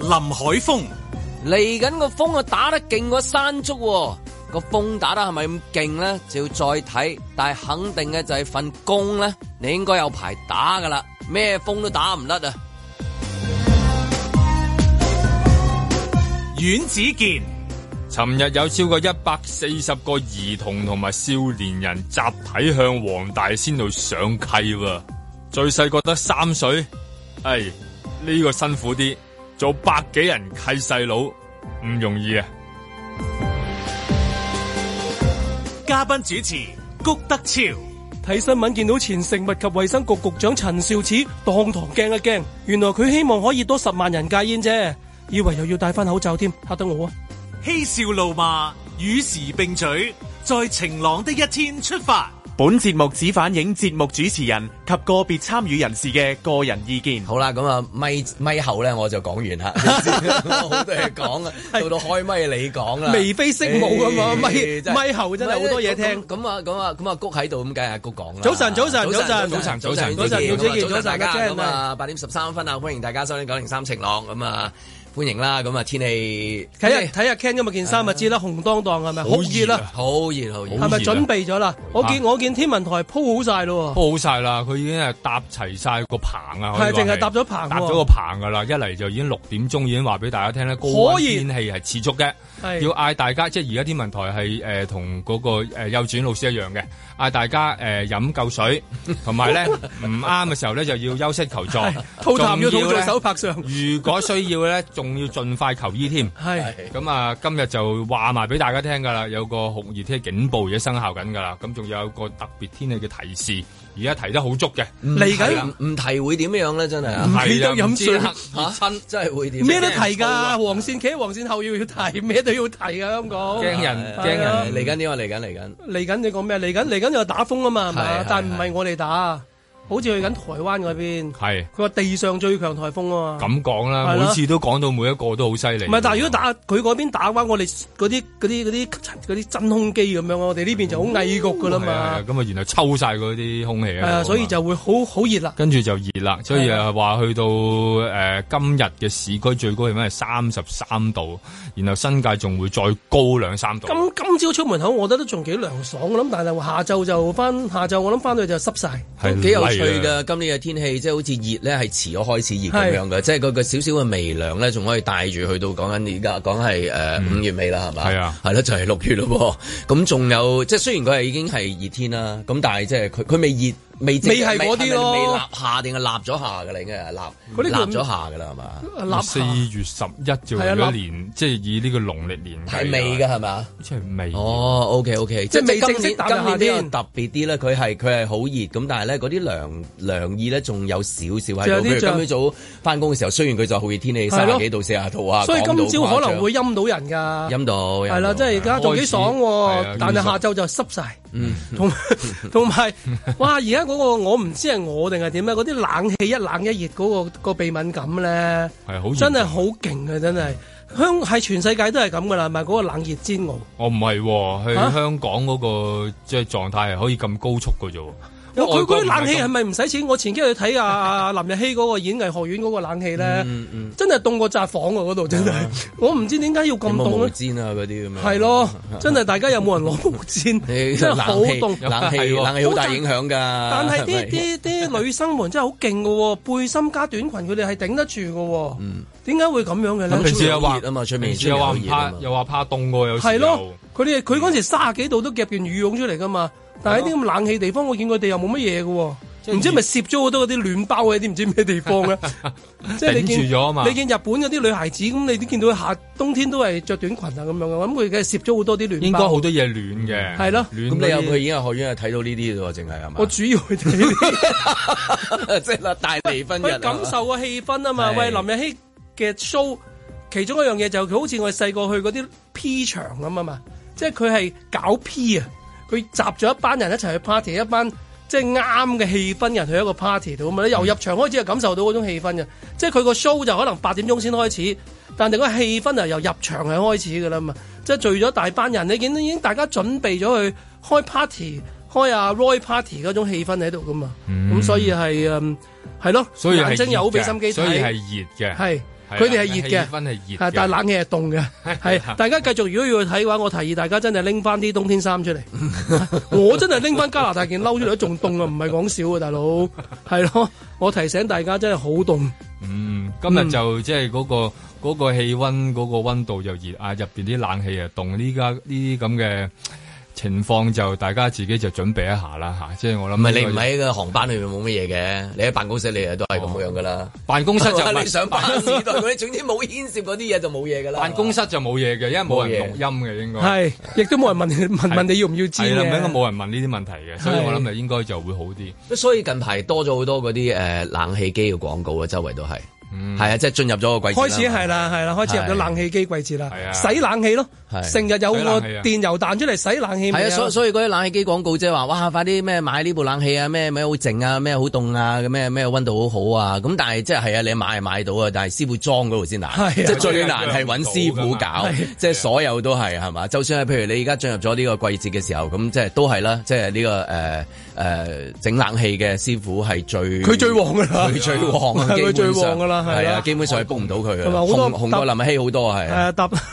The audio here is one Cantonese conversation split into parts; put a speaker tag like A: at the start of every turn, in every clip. A: 林海峰、
B: 嚟緊個風啊，打得勁過山竹喎。個風打得係咪咁勁咧？就要再睇，但係肯定嘅就係份工咧，你應該有排打噶啦，咩風都打唔甩啊！
A: 阮子健、
C: 尋日有超過一百四十個兒童同埋少年人集體向黃大仙度上契喎，最細覺得三歲，唉，呢個辛苦啲，做百幾人契細佬唔容易啊！
A: 嘉賓主持谷德超、
D: 睇新聞見到前食物及衛生局局長陳肇始當堂驚一驚，原來佢希望可以多十萬人戒煙啫，以為又要戴翻口罩添，嚇得我啊！
A: 嬉笑怒罵，與時並舉，在晴朗的一天出發。
E: 本節目只反映節目主持人及個別參與人士嘅個人意見。
F: 好啦，咁啊，咪咪後咧我就講完啦，我好多嘢講啊，到到開咪你講啦，
D: 眉飛色舞咁啊，咪
F: 唉真係
D: 咪後真係好多嘢聽。
F: 咁啊，咁啊，咁啊，谷喺度，咁梗係谷講啦。
D: 早晨早晨
F: 早晨，
D: 早晨
F: 晨，早
D: 早晨
F: 晨，早晨，
D: 早晨早晨
F: 早晨，大家
D: 早晨
F: 咁
D: 早
F: 啊，八點十三分啊，歡迎大家收聽九零三晴朗咁啊，歡迎啦，咁啊，天氣
D: 睇下睇下 Ken 今日件衫咪知啦，紅當當係咪？好熱啦，
F: 好熱好熱
C: 好
D: 係咪
C: 熱啊
D: 準備咗啦？我見我見天文台鋪好晒咯喎，
C: 鋪好晒啦，佢已經係搭齊晒個棚啊，
D: 係
C: 可以
D: 淨
C: 話
D: 係搭咗棚喎
C: 搭咗個棚噶啦。一嚟就已經六點鐘已經話俾大家聽咧，高溫
D: 可以
C: 天氣係持續嘅，
D: 係
C: 要嗌大家即係而家天文台係誒同嗰個誒幼稚園老師一樣嘅，嗌大家誒飲夠水，同埋 咧唔啱嘅時候咧就要休息求助，
D: 吐痰要
C: 仲
D: 吐在
C: 呢
D: 手拍上，
C: 如果需要咧，仲要盡快求醫添。
D: 係
C: 咁啊，今日就話埋俾大家聽㗎啦，有個酷熱天氣警報而家生效緊㗎啦，咁仲有個特別天氣嘅提示，而家提得好足嘅。
D: 嚟緊
F: 唔唔提會點樣咧？真係
D: 唔
F: 啊，
D: 記得
C: 係啊唔
D: 飲
C: 知
D: 水
C: 啦
F: 嚇親真係會點？啊
D: 咩都提㗎，黃線企喺黃線後要要提，咩都要提㗎香港。
C: 驚人驚人
F: 嚟緊點啊？嚟緊嚟緊。
D: 嚟緊你講咩？嚟緊嚟緊又打風啊嘛，係
F: 係
D: 嘛
F: 係？
D: 但唔係我哋打，好似去緊台灣嗰邊。
C: 係
D: 佢話地上最強颱風啊嘛。
C: 咁講啦，
D: 係
C: 每
D: 啦
C: 次都講到每一個都好犀利。
D: 唔係，但係如果打佢嗰邊打嘅話，我哋嗰啲嗰啲嗰啲嗰啲真空機咁樣，啊我哋呢邊就好翳焗噶啦
C: 係啊係啊
D: 嘛。
C: 咁啊，然後抽晒嗰啲空氣
D: 係
C: 喺度啊
D: 啊，
C: 嘛
D: 所以就會好好熱啦。
C: 跟住就熱啦，所以
D: 係
C: 啊話去到誒、呃今日嘅市區最高氣温係三十三度，然後新界仲會再高兩三度。
D: 今今朝出門口，我覺得都仲幾涼爽，我諗，但係下晝就翻下晝，我諗翻到去就濕晒。
C: 係
F: 幾有趣
C: 嚟啊
F: 㗎！今年嘅天氣即係好似熱咧，係遲咗開始熱咁樣嘅，即係個個少少嘅微涼咧，仲可以帶住去到講緊而家講係呃誒五月尾啦，係嘛？
C: 係啊
F: 係啦，就係六月咯喎。咁仲有即係雖然佢係已經係熱天啦，咁但係即係佢佢未熱未正
D: 未係嗰啲咯
F: 未立下定係立咗下㗎啦，應該係立
D: 嗰啲叫
F: 立咗下㗎啦，係嘛？
D: 立
C: 四
D: 夏
C: 月十一就
D: 係啊
C: 如果
D: 立
C: 年，即係以呢個農曆年計
F: 係未㗎係啊嘛？
C: 好似係未。
F: 哦，OK OK，即
D: 即係未
F: 係今
D: 正式
F: 年
D: 踏入
F: 今
D: 夏
F: 年
D: 天
F: 呢個特別啲咧，佢係佢係好熱咁，但係咧嗰啲涼涼意咧仲有少少喺
D: 仲有
F: 度。譬
D: 啲
F: 如
D: 像
F: 今朝早翻工嘅時候，雖然佢就好熱天氣，
D: 係
F: 三
D: 咯
F: 十幾度、四十度啊，
D: 所以
F: 講到
D: 今朝可
F: 誇
D: 能
F: 張
D: 會陰到人㗎。
F: 陰到，
D: 係啦，
F: 陰
D: 即
F: 到
D: 係而家仲幾爽
C: 開
F: 啊
D: 喎
C: 始，
D: 但係下晝就濕晒。
F: 嗯
D: 同 同埋，哇！而家嗰個我唔知係我定係點啊咧，嗰啲冷氣一冷一熱嗰、個、個鼻敏感咧，
C: 係好嚴重
D: 真係好勁啊！真係香係全世界都係咁噶啦，咪嗰個冷熱煎熬。
C: 我唔係喎，去
D: 嚇
C: 香港嗰個即係狀態係可以咁高速嘅啫喎。
D: 哇佢嗰啲冷氣係
C: 係
D: 咪唔使錢？我前幾日去睇 阿林日曦嗰個演藝學院嗰個冷氣咧，真係凍過扎房喎！嗰度嗯真係，我唔知點解要咁
F: 有冇毛
D: 凍咧。
F: 氈啊嗰啲咁樣？
D: 係咯，真係大家有冇人 攞毛
F: 你
D: 氈？真係 好
F: 冷氣
D: 凍。
F: 冷氣
C: 係喎
F: 冷氣好大影響㗎。
D: 但係
F: 係咪
D: 啲啲 啲女生們真係好勁嘅喎，背心加短裙佢哋係頂得住嘅喎。
F: 嗯
D: 點解會咁樣嘅
C: 嗯平
D: 咧？
C: 時又話
F: 出面好熱啊嘛出面
C: 平時又話
F: 出
C: 唔
F: 面好熱啊
C: 怕
F: 嘛，
C: 又話怕凍喎，有時
D: 係咯
C: 又，
D: 佢哋佢嗰
F: 嗯
D: 陣時三十幾度都夾件羽絨出嚟㗎嘛。但係喺啲咁冷氣地方，我見佢哋又冇乜嘢嘅喎。唔知係咪攝咗好多嗰啲暖包啊喺啲唔知咩地方 咧？即係你
C: 頂
D: 見
C: 住咗啊嘛
D: 你見日本嗰啲女孩子咁，你都見到佢夏冬天都係着短裙啊咁樣嘅，咁佢嘅攝咗好多啲暖包。
C: 應該好多嘢暖嘅。
D: 係咯
C: 暖
F: 咁你入
C: 嗰啲
F: 去演藝學院係睇到呢啲啫喎，淨係係嘛？啊
D: 我主要去睇呢啲。
F: 即係啦，大離婚日
D: 去
F: 啊
D: 感受個氣氛啊嘛。
F: 係
D: 喂，林日曦嘅 show 其中一樣嘢就係佢好似我哋細個去嗰啲 P 場咁啊嘛，即係佢係搞 P 啊，佢集咗一班人一齊去 party，一班即係啱嘅氣氛人去一個 party 度咁啊，由入場開始就感受到嗰種氣氛嘅，即係佢個 show 就可能八點鐘先開始，但係個氣氛啊由入場係開始噶啦嘛，即係聚咗大班人，你見到已經大家準備咗去開 party。開啊 Roy Party 嗰種氣氛喺度噶嘛，咁、所以係誒係咯，
C: 所以係
D: 眼睛又好俾心機
C: 熱嘅所以
D: 睇，
C: 係熱嘅。
D: 係佢哋係熱嘅
C: 氣氛係熱
D: 係
C: 嘅，
D: 但係冷氣係凍 嘅，係大家繼續如果要去睇嘅話，我提議大家真係拎翻啲冬天衫出嚟。 我真係拎翻加拿大件褸出嚟，仲凍啊，唔係講笑啊，大佬。係咯，我提醒大家真係好凍。
C: 嗯，今日就即係嗰個嗰、個氣温嗰、個温度又熱啊，入邊啲冷氣又凍，呢家呢啲咁嘅情況就大家自己就準備一下啦嚇、即係我諗
F: 唔係你
C: 呢
F: 唔
C: 個
F: 喺個航班裏面冇乜嘢嘅，你喺辦公室你啊都係咁樣噶啦。
C: 辦公室就唔係
F: 你上班時代嗰啲，總之冇牽涉嗰啲嘢就冇嘢噶啦。
C: 辦公室就冇嘢嘅，因為冇人錄
F: 冇嘢
C: 音嘅應該。
D: 係，亦都冇人問你問問你要唔要知
C: 係啦，唔應該
D: 嘅。
C: 冇人問呢啲問題嘅，所以
D: 係
C: 我諗就應該就會好啲。
F: 所以近排多咗好多嗰啲誒冷氣機嘅廣告啊，周圍都係，係、
C: 嗯
F: 啊，即係進入咗個季節啦
D: 開始係啦，係啦，開始入咗冷氣機季節
C: 係啊
D: 啦，洗冷氣咯，
F: 係
D: 成日有個
C: 洗冷氣啊
D: 電油彈出嚟洗冷氣味
F: 係
D: 啊。
F: 啊，所所以嗰啲冷氣機廣告即係話，哇！快啲咩買呢部冷氣啊，咩咩好靜啊，咩好凍啊，咩咩温度好好啊。咁但係即係係啊，你買係買到啊，但係師傅裝嗰度先難，
D: 係啊
F: 即係最難係揾師傅搞，即係所有都係係嘛。就算係譬如你而家進入咗呢個季節嘅時候，咁即係都係啦，即係呢個誒誒整冷氣嘅師傅係最
D: 佢最旺㗎啦
F: 佢最旺啊，
D: 係 佢
F: 基本上
D: 最旺㗎啦係啊
F: 係啊，基本上係 book 唔到佢嘅，
D: 同埋好多
F: 紅紅過林希好多係嗯啊，
D: 誒搭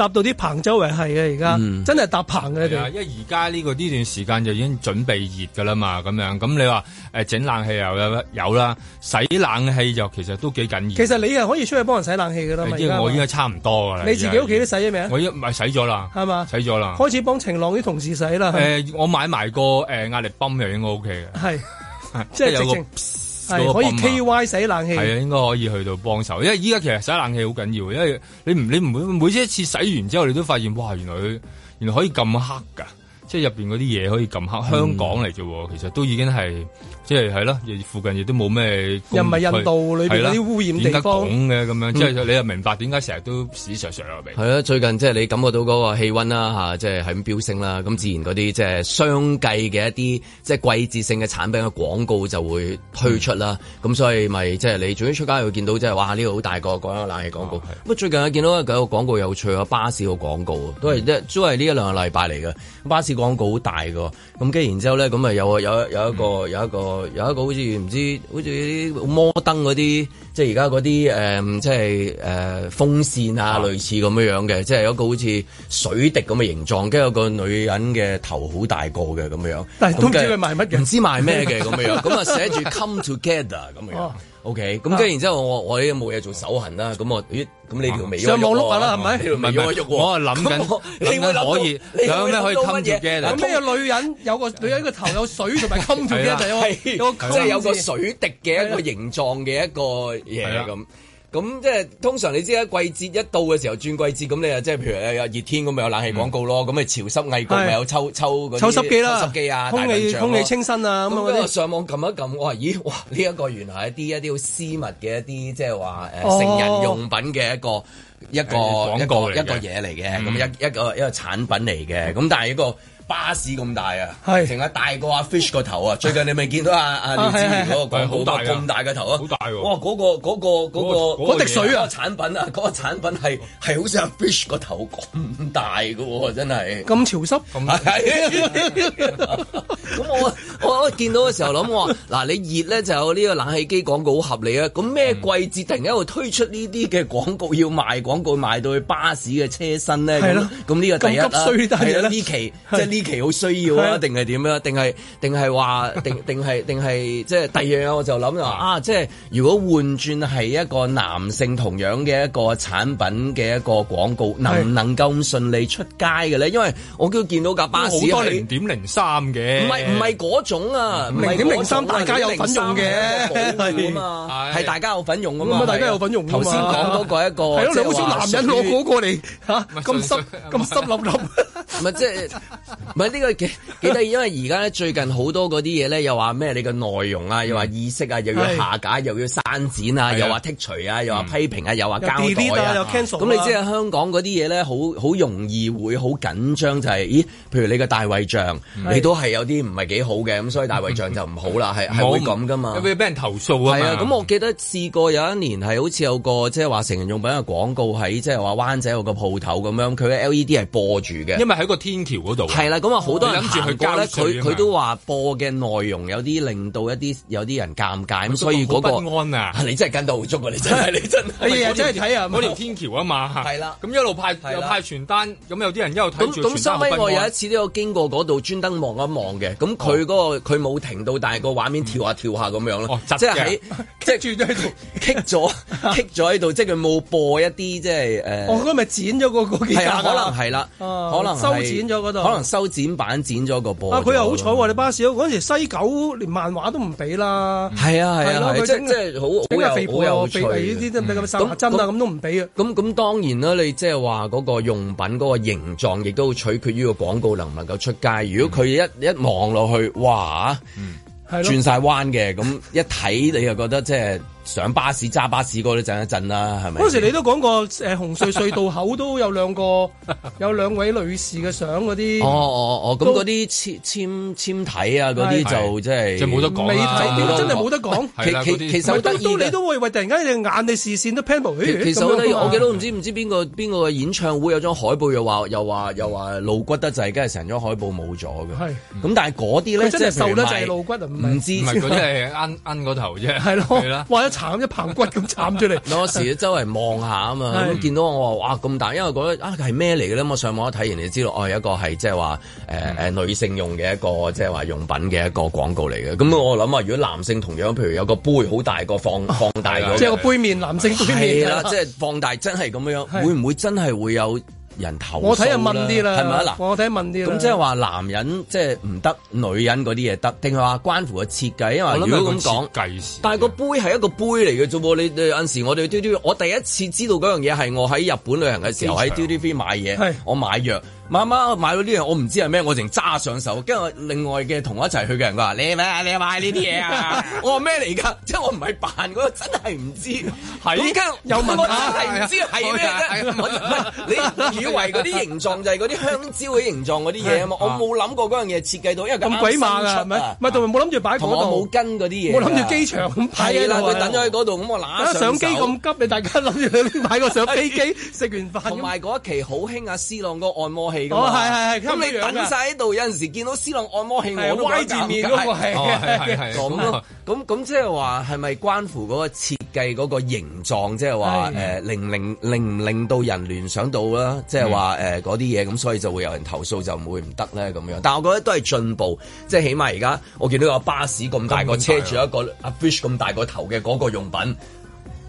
D: 搭到啲棚周圍係嘅，而家真係搭棚嘅你
C: 係啊，
D: 哋。
C: 因為而家呢個呢段時間就已經準備熱噶啦嘛，咁樣咁你話誒整冷氣又有有啦，洗冷氣就其實都幾緊要。
D: 其實你係可以出去幫人洗冷氣㗎啦嘛，而
C: 因為
D: 家
C: 我應該差唔多噶啦。
D: 你自己屋企都洗咗未啊？
C: 我一咪洗咗啦，
D: 係嘛
C: 洗咗啦。
D: 開始幫晴朗啲同事洗啦，
C: 誒，我買埋個誒壓力泵又應該 OK 嘅。
D: 係 即係
C: 有
D: 直
C: 個
D: 情
C: 嗰
D: 係
C: 個
D: 可以
C: 泵啊
D: K Y 洗冷氣
C: 係，啊，應該可以去到幫手，因為依家其實洗冷氣好緊要，因為你唔你唔會每一次洗完之後，你都發現哇，原來佢原來可以咁黑㗎，即係入邊嗰啲嘢可以咁黑。
F: 嗯
C: 香港嚟啫喎，其實都已經係即係係咯，亦附近亦都冇咩工業區，
D: 又唔係印度裏邊嗰啲污染地方
C: 點解講嘅咁
F: 嗯
C: 樣，即係你又明白點解成日都屎上上入嚟。
F: 係啊，最近即係你感覺到嗰個氣温啦嚇，即係係咁飆升啦，咁自然嗰啲即係相繼嘅一啲即係季節性嘅產品嘅廣告就會推出啦。咁、所以咪即係你總之出街會見到即係哇呢個好大個講緊冷氣廣告。不過最近我見到有個廣告有趣啊，巴士個廣告都係一都係呢一兩個禮拜嚟嘅。巴士廣告好大個，咁跟住然之後咧咁啊有有有一個有一個有一個好似唔知好似啲摩登嗰啲，即係而家嗰啲誒即係誒風扇啊類似咁樣樣嘅，即係有一個好似水滴咁嘅形狀，跟住有個女人嘅頭好大個嘅咁樣，
D: 但係都唔知
F: 咁跟
D: 佢賣乜嘅
F: 唔知賣咩嘅 咁樣，咁啊寫住 come together 咁樣
D: 哦。
F: OK，咁跟住然之後我我呢冇嘢做手痕啦，咁我咦咁你條眉
D: 上網碌下啦係咪
F: 呢條
C: 唔
F: 眉
C: 係
F: 喐一
C: 唔係，
F: 喐喎
C: 我係諗緊
F: 咁我你會
C: 諗
F: 諗到
C: 緊可以
F: 你會
C: 有咩可以
F: 諗到
C: come
F: 乜嘢
C: together
D: 有咩女人有個女人個頭有水同埋襟住嘅，
F: 係
D: 有個
F: 即係有個水滴嘅一個形狀嘅一個嘢
C: 係啊
F: 咁。咁即係通常你知啦，季節一到嘅時候轉季節，咁你啊即係譬如有熱天咁咪有冷氣廣告咯，咁咪潮濕翳焗咪有抽抽嗰啲
D: 抽濕機啦，
F: 抽濕機啊，
D: 空
F: 大笨
D: 氣
F: 象
D: 空
F: 咯
D: 氣清新啊咁
F: 咁
D: 啊
F: 我
D: 嗰啲。
F: 上網撳一撳，我話咦，哇！呢、一個原來係一啲一啲好私密嘅一啲，即係話
D: 哦
F: 誒呃成人用品嘅一個一個
C: 廣告嚟
F: 一
C: 嘅嗯
F: 個一個嘢嚟嘅，咁、一一個一個產品嚟嘅，咁但係一個。巴士咁大啊，
D: 係
F: 成日大過阿 Fish 個 頭啊！最近你咪見到阿阿廖
D: 啊
F: 子
D: 係係
F: 儀嗰個廣告
C: 係好大㗎
F: 咁大嘅頭啊，
C: 好大喎
F: 哇！嗰個嗰個嗰個
C: 嗰個嗰
D: 滴水啊
F: 嗰個產品啊，嗰個產品係係好似阿 Fish 個頭咁大嘅喎，真係。
D: 咁潮濕，
F: 係 咁我我我見到嘅時候諗我話嗱，你熱咧就有呢個冷氣機廣告好合理啊！咁咩季節突然間會推出呢啲嘅廣告要賣廣告賣到去巴士嘅車身咧？
D: 係
F: 咁
D: 咯
F: 咁呢個第一啦，
D: 咁急需呢單嘢
F: 係
D: 咧
F: 啦呢期即係呢期好需要
D: 係
F: 啊，
D: 啊
F: 定係點樣？定係定係話定定係定係即係第二樣嘢我就諗就話啊，即係如果換轉係一個男性同樣嘅一個產品嘅一個廣告，能唔能夠咁順利出街嘅咧？因為我都見到架巴士
C: 好多
F: 係
C: 零點零三嘅，
F: 唔係唔係嗰種啊，唔係嗰種
D: 0.03
F: 啊
D: 大家有份用嘅
F: 0.03保護啊嘛，
C: 係
F: 係大家有份用啊
D: 咁
F: 嘛，
D: 啊大家有份用㗎嘛
F: 頭先講嗰個一個，
D: 係咯，
F: 哦即
D: 你
F: 係
D: 好少
F: 話
D: 男人
F: 屬於
D: 攞嗰個嚟嚇
C: 係
D: 咁濕
C: 純粹
D: 咁濕立立。
F: 唔係即係唔係呢個幾幾得意，因為而家咧最近好多嗰啲嘢咧，又話咩你個內容啊，又話意識啊，又要
D: 嗯係嗯
F: 下架，又要刪剪啊，
C: 係啊
F: 又話剔除啊，又話批評啊，又話
D: 又
F: 交
D: delete
F: 代
D: 啊
F: 啊，
D: 又 cancel 啊
F: 咁你知啊，香港嗰啲嘢咧，好好容易會好緊張，就係咦，譬如你個大衛像，
D: 嗯
F: 你都係有啲唔係幾好嘅，咁所以大衛像就唔好啦，係係
C: 冇
F: 會咁噶嘛。
C: 會俾人投訴啊嘛。
F: 係啊，咁我記得試過有一年係好似有個即係話成人用品嘅廣告喺即係話灣仔有個鋪頭咁樣，佢嘅 LED 係播住嘅。
C: 因為喺個天橋嗰度啊。
F: 係啦，咁咁啊好多人
C: 你諗住
F: 行
C: 去
F: 過咧，
C: 交
F: 佢
C: 稅啊嘛
F: 佢都話播嘅內容有啲令到一啲有啲人尷尬，咁所以
C: 好
F: 嗰個
C: 不安啊！
F: 啊你真係跟到好足啊！你真係 你真
D: 哎
F: 係
D: 呀，真係睇啊！
C: 嗰條天橋啊嘛，
F: 係啦
C: 咁一路派
F: 係啦
C: 又派傳單，咁有啲人一路睇
F: 咁
C: 住
F: 咁
C: 傳單
F: 收尾
C: 好不
F: 我有一
C: 安。
F: 次都有經過嗰度，專登望一望嘅。咁
D: 哦
F: 佢嗰個佢冇停到，但係個畫面跳下跳下咁樣
D: 嗯
F: 咯
C: 哦。窒嘅
F: 即係 喺即係
D: 住咗喺度，
F: 棘咗棘咗喺度，即係佢冇播一啲即係
D: 我
F: 誒。
D: 嗰哦咪剪咗個嗰幾
F: 係
D: 架㗎
F: 啊，可能係啦，
D: 哦
F: 可能
D: 修
F: 係
D: 剪咗嗰度
F: 可能修剪版剪咗個播咗
D: 啊！
F: 咯。
D: 佢又好彩喎，你巴士嗰陣時西九連漫畫都唔俾啦，
F: 係啊係
D: 係
F: 啊
D: 咯
F: 係，
D: 佢
F: 即
D: 整
F: 即係好
D: 整個
F: 好
D: 肥
F: 有好有
D: 婆、
F: 趣
D: 肥肥呢
F: 嘅。
D: 啲都唔俾咁生
F: 咁
D: 下針啊，
F: 咁
D: 咁都唔俾啊！
F: 咁咁當然啦，你即係話嗰個用品嗰個形狀，亦都取決於個廣告能唔能夠出街。如果佢一一望落去，哇！
D: 嗯係咯
F: 轉。晒彎嘅，咁一睇你就覺得即係上巴士揸巴士嗰都震一震啦，係咪？
D: 嗰時你都講過誒紅隧隧道口都有兩個 有兩位女士嘅相嗰啲，
F: 哦哦哦，咁嗰啲簽簽簽體啊，嗰啲就即係
C: 就冇得講
D: 未
C: 啦，
D: 睇
F: 冇得
D: 到
F: 講
D: 真係冇得講。
C: 係啦
F: 其
C: 嗰
F: 其
C: 啲
F: 其實好
D: 都
F: 得意
D: 都你
F: 嘅。
D: 都會喂，突然間你眼你視線都 pan 埋，
F: 其其實
D: 咁
F: 好
D: 樣
F: 得意，
D: 㗎嘛
F: 我記得唔知唔知邊個邊個嘅演唱會有張海報又話又話又話露骨得滯，跟住成張海報冇咗嘅。
D: 係
F: 咁，但係嗰啲咧
D: 佢真係瘦得
F: 即
D: 滯
F: 係譬如賣
D: 露骨啊，唔
F: 唔
D: 係
F: 知，
C: 唔係嗰啲係 奀奀嗰頭啫，
D: 係
C: 係
D: 咯
C: 啦，，
D: 哇一慘一棚骨咁慘出嚟
F: 我有時周圍望下啊嘛，
D: 係
F: 咁見到我話哇咁大，因為覺得啊係咩嚟嘅咧？我上網一睇，人哋知道哦，有一個係即係話
D: 嗯
F: 誒誒女性用嘅一個即係話用品嘅一個廣告嚟嘅。咁我諗啊，如果男性同樣，譬如有個杯好大個放放大嗰個，
D: 啊即係個杯面男性杯
F: 係
D: 面
F: 啦，即係放大真係咁樣，
D: 係
F: 會唔會真係會有人投訴呢
D: 我睇就問啲啦，
F: 係咪啊嗱？
D: 我睇就問啲啦，
F: 咁即係話男人即係唔得，女人嗰啲嘢得，定係話關乎個設計？因
C: 我
F: 為
C: 諗
F: 如
C: 有
F: 果
C: 個
F: 咁講
C: 設。計師，
F: 但係個杯係一個杯嚟嘅啫喎，你你有陣時我哋 duty，free- 我第一次知道嗰樣嘢係我喺日本旅行嘅時候
C: 機
F: 喺
C: 場
F: duty free 買嘢
D: 係，
F: 我買藥，媽媽買到呢樣我唔知係咩，我淨揸上手，跟住我另外嘅同我一齊去嘅人佢話：你買你買呢啲嘢啊！ 我話咩嚟㗎？即係我唔係扮嗰個，真係唔知。係咁跟住
D: 又問下
F: 我真係唔知係咩
C: 係
F: 啫。我唔係你以為嗰啲形狀就係嗰啲香蕉嘅形狀嗰啲嘢啊嘛？我冇諗過嗰樣嘢設計到，因為咁啱
D: 咁鬼馬
F: 新出
D: 㗎，
F: 啊
D: 係咪？唔係同埋冇諗住擺嗰
F: 同我冇
D: 度，
F: 跟嗰啲嘢㗎。
D: 冇諗住機場咁擺
F: 係
D: 喺
F: 啦，
D: 度
F: 佢
D: 啊。
F: 等咗喺嗰度，咁我揦
D: 啊
F: 上
D: 相
F: 手
D: 機咁急，你大家諗住你買個 相飛機，食完飯
F: 同
D: 咁。
F: 埋嗰一期好興啊，斯朗個按摩器㗎
D: 哦
F: 嘛，
D: 係係係
F: 咁
D: 咁
F: 你
D: 樣㗎
F: 等晒喺度，有陣時見到斯朗按摩器，
D: 係啊
F: 我都
D: 歪
F: 覺得
D: 字面嗰個
F: 尷尬
D: 係
C: 哦 係係係
F: 咁咯，咁咁即係話係咪關乎嗰個設計嗰個形狀，即係話誒令唔令令唔令到人聯想到啦，即係話
D: 嗯
F: 誒嗰啲嘢，咁所以就會有人投訴就唔會唔得咧咁樣。但係我覺得都係進步，即係起碼而家我見到有巴士咁大個
C: 咁
F: 車
C: 大啊
F: 住一個阿 Fish 咁大個頭嘅嗰個用品，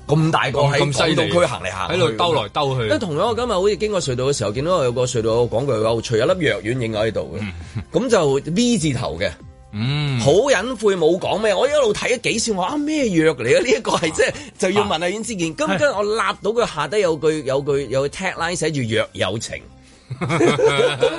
F: 咁大個喺
C: 哦咁犀
F: 港
C: 利
F: 島區行嚟行去啊
C: 喺度兜來兜
F: 因為
C: 去，
F: 同樣我今日好似經過隧道嘅時候，見到有個隧道有個廣告有個除有粒藥丸影喺度嘅，咁就 V 字頭嘅，
C: 嗯，
F: 好隱晦冇講咩。我一路睇咗幾次，我話啊咩藥嚟嘅？呢一個係
C: 啊
F: 即係就要問阿阮之健。咁跟住我立到佢下低有句有句有句 tagline 寫住藥有 情。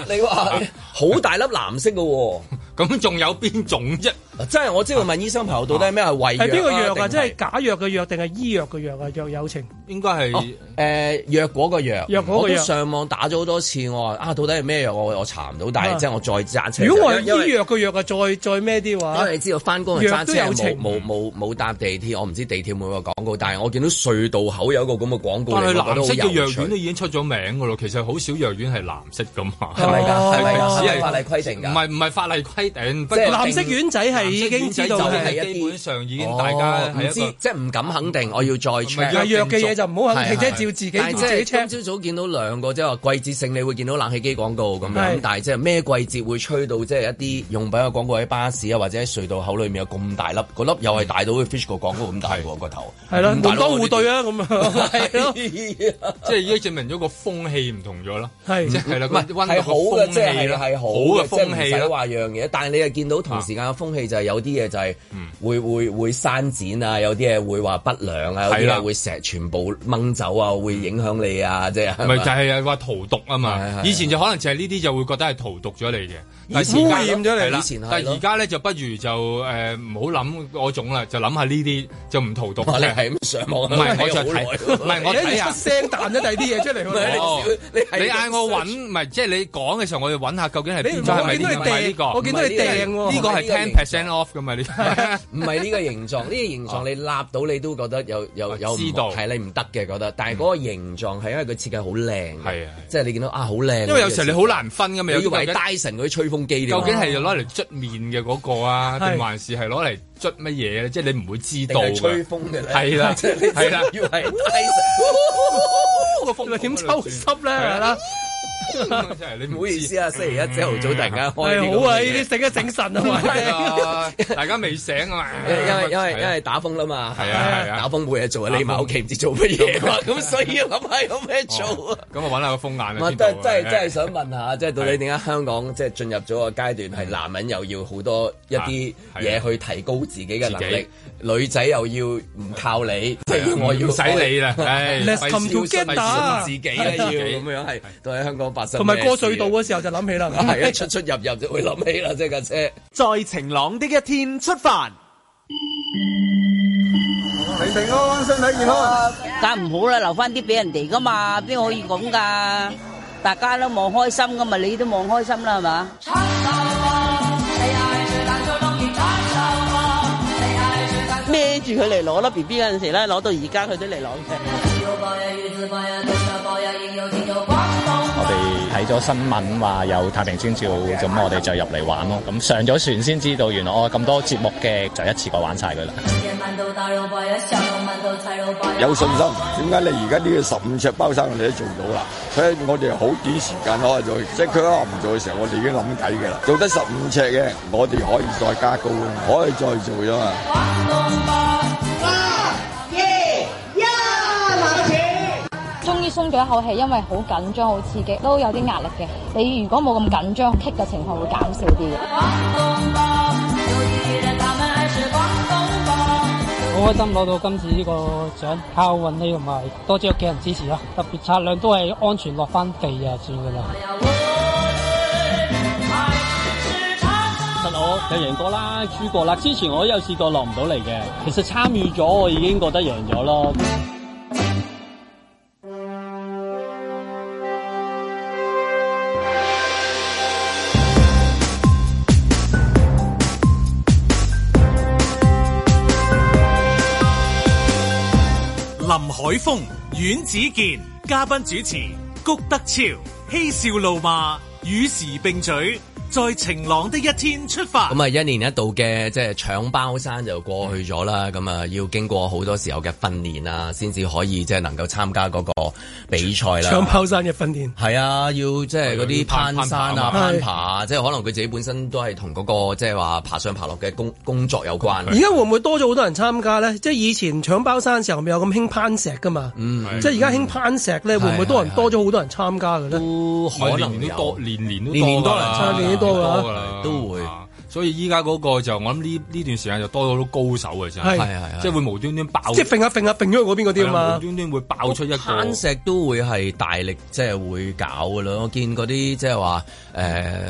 F: 你話好大粒藍色嘅喎，啊
C: 咁仲有邊種啫？
F: 真係我知道問醫生朋友到底係咩係胃藥
D: 係邊個藥
F: 定
D: 啊？即係假藥嘅藥定係醫藥嘅藥啊？藥友情
C: 應該係
F: 誒藥嗰個藥，
D: 藥嗰個藥
F: 我都上網打咗好多次，我話啊到底係咩藥？我我查唔到，但係
D: 啊
F: 即係我再揸車。
D: 如果我係
F: 因為
D: 醫藥嘅藥啊，再再咩啲
F: 因
D: 話
F: 為？你知道翻工係揸
D: 藥都
F: 車
D: 有
F: 冇
D: 情
F: 冇冇冇搭地鐵，我唔知地鐵每個廣告，但係我見到隧道口有一個咁嘅廣告，
C: 但係
F: 你會覺得
C: 藍
F: 好
C: 色嘅
F: 有
C: 藥
F: 趣
C: 丸都已經出咗名噶咯，其實好少藥丸係藍色噶嘛，
F: 係咪㗎？
D: 哦
F: 係咪㗎？
C: 只
F: 係
C: 係
F: 咪法例規
C: 唔係唔係法例規
F: 定㗎？
C: 定，不
F: 即
C: 過
F: 係
D: 藍色丸仔係已經知道
F: 藍色丸仔
D: 係
F: 就係
C: 係基本上已經大
F: 哦
C: 家
F: 唔
C: 係
F: 知
C: 一個嗯
F: 即係唔敢肯定，我要再
D: 係
C: 係
F: check。
D: 藥嘅嘢就唔好肯定，即係
F: 係
D: 照自己
F: 但係
D: 自己
F: 即
D: check
F: 係。今朝早見到兩個即係話季節性，你會見到冷氣機廣告咁樣
D: 係，
F: 但係即係咩季節會吹到即係一啲用品嘅廣告喺巴士啊，或者喺隧道口裏面有咁大粒，嗰粒又係大到好似 fish 個廣告咁大喎個頭，
D: 係啦，
F: 咁
D: 門
F: 大粒
D: 當戶
F: 嗰啲
D: 對啊，咁 啊，係咯，
C: 即係已經證明咗個風氣唔同咗咯，
D: 係
C: 即係啦，個
F: 唔
C: 溫
F: 係
C: 度
F: 係好
C: 個
F: 嘅，
C: 風
F: 即係
C: 氣
F: 係
C: 啦，
F: 係好
C: 嘅
F: 嘅
C: 風
F: 即
C: 氣
F: 係唔使
C: 啦，
F: 話樣嘢。但係你又見到同時間嘅風氣就係有啲嘢就
C: 啊
F: 係
C: 嗯
F: 會會會刪剪啊，有啲嘢會話不良啊，有啲
C: 係啦
F: 嘢會成日全部掹走啊，會影響你啊，即係係
C: 咪
F: 咪
C: 就係話荼毒啊
F: 係
C: 嘛
F: 係，
C: 以前就可能就係呢啲就會覺得係荼毒咗你嘅，但係
F: 前
C: 而家
F: 污染咗你
C: 係啦
F: 以前係
C: 但係
F: 咯
C: 而家咧就不如就誒唔好諗嗰種啦，就諗下呢啲就唔荼毒
F: 哇你
C: 嘅。
F: 係咁上網啊
C: 唔係我就睇，唔係我
D: 你
C: 睇
D: 一
C: 下
D: 出。聲彈咗第二啲嘢出嚟喎。
C: 哦
F: 你係
C: 你嗌我揾，唔係即係你講嘅時候，我哋揾下究竟係
D: 你
C: 邊
D: 唔
C: 種
D: 係
C: 係
D: 我
C: 咪
D: 見到
C: 呢
D: 你
C: 個？係咪呢個
D: 掟，我見到你掟
F: 唔
D: 喎。
C: 呢個係
F: 呢個
C: ten percent off 噶嘛？呢個
F: 唔係呢個形狀，呢個形狀你立到你都覺得有有有唔
C: 哦啊知道嗯
F: 係你唔唔得嘅覺得，但係嗰個形狀係因為佢設計好靚嘅，
C: 係啊
F: 即係你見到啊好靚。
C: 因為有時候你好難分㗎嘛，
F: 你
C: 有
F: 以
C: 啲
F: 為
C: 究竟
F: Dyson 嗰啲吹風機添啊
C: 究竟係攞嚟捽面嘅嗰個啊，
D: 係
C: 定還是係攞嚟捽乜嘢咧？即係你唔會知
F: 定
C: 道
F: 係吹
C: 嘅。
F: 風嘅咧？
C: 係啦
F: 即係你
C: 係啦
F: 以為 Dyson。
C: 個風
D: 你點抽濕咧？係啦，
C: 真係你
F: 唔
C: 唔
F: 好
C: 好
F: 意
C: 意
F: 思
C: 思。
F: 啊，星期一朝頭早突然間開
D: 係
F: 啲咁嘅嘢
D: 好啊！呢啲醒一醒神啊嘛，
C: 大家未醒啊嘛，
F: 因因為因為因為打風啦嘛，
C: 係啊係啊
F: 打風冇嘢做啊，匿埋屋企唔知做乜嘢啊，咁所以諗下有咩做啊？
C: 咁我揾下個風眼啊
F: 唔
C: 邊
F: 係，
C: 度
F: 真
C: 啊，
F: 係真係真係想問下，即係到底點解香港即係進入咗個階段係男人又要好多一啲嘢去提高自己嘅能力，女仔又要唔靠你，即係啊要我要
C: 唔使你啦， 唉
D: Let's
C: 費事
D: come
F: 要信
D: together
F: 自己咧，要咁樣係啊到底香港發生
D: 同埋
F: 咩
D: 過
F: 事啊
D: 隧道嘅時候就諗起啦。
F: 係 啊一出出入入就會諗起啦，即係架車。
E: 在晴朗的一天出發。
G: 梗唔好啦，留翻啲俾人哋噶嘛，邊可以咁噶？大家都望開心噶嘛，你都望開心啦，係嘛？孭住佢嚟攞啦，B B 嗰陣時咧，攞到而家佢都嚟攞嘅。
H: 我哋睇咗新聞話有太平清醮，咁我哋就入嚟玩咯。咁上咗船先知道，原來哦咁多節目嘅，就一次過玩晒佢啦。
I: 有信心。點解你而家呢個十五尺包山我哋都做到啦？所以我哋好短時間可以做，即係佢可能唔做嘅時候，我哋已經諗計嘅啦。做得十五尺嘅，我哋可以再加高，可以再做啫嘛。
J: 終於鬆咗一口氣，因為好緊張、好刺激，都有啲壓力嘅。你如果冇咁緊張，棘嘅情況會減少啲嘅。
K: 好開心攞到今次呢個獎，靠運氣同埋多謝屋企人支持啦。啊特別策略都係安全落翻地啊，算噶 啦。
H: 其實我有贏過啦，輸過啦。之前我有試過落唔到嚟嘅，其實參與咗我已經覺得贏咗咯。
A: 林海峰、阮子健，嘉賓主持谷德超，嬉笑怒罵，與時並舉，在晴朗的一天出發。
F: 咁啊，一年一度嘅即係搶包山就過去咗啦。咁啊，要經過好多時候嘅訓練啊，先至可以即係能夠參加嗰個比賽啦。
D: 搶跑山嘅訓練，
F: 係啊，要即係嗰啲
C: 攀
F: 攀山
C: 攀爬
F: 啊、攀爬啊，即係可能佢自己本身都係同嗰個即係話爬上爬落嘅工工作有關。啊
D: 而家會唔會多咗好多人參加咧？即係以前搶包山嘅時候，咪有咁興攀石噶嘛？即係而家興攀石咧，會唔會多人多咗好多人參加嘅咧？
F: 都可
C: 我
F: 能
C: 年年都多，
F: 有
C: 年年都
F: 年年多人
C: 啦
D: 參加年年多㗎
C: 㗎啦
F: 都會
C: 啊所以依家嗰個就我諗呢呢段時間就多咗好多高手嘅真
D: 係
F: 係係係
C: 即係會無端端爆，
D: 即係揈下揈下揈咗去嗰邊嗰啲啊
C: 係啦
D: 嘛
C: 無。端端會爆出一個
F: 攀石都會係大力即係會搞嘅咯。我見嗰啲即係話誒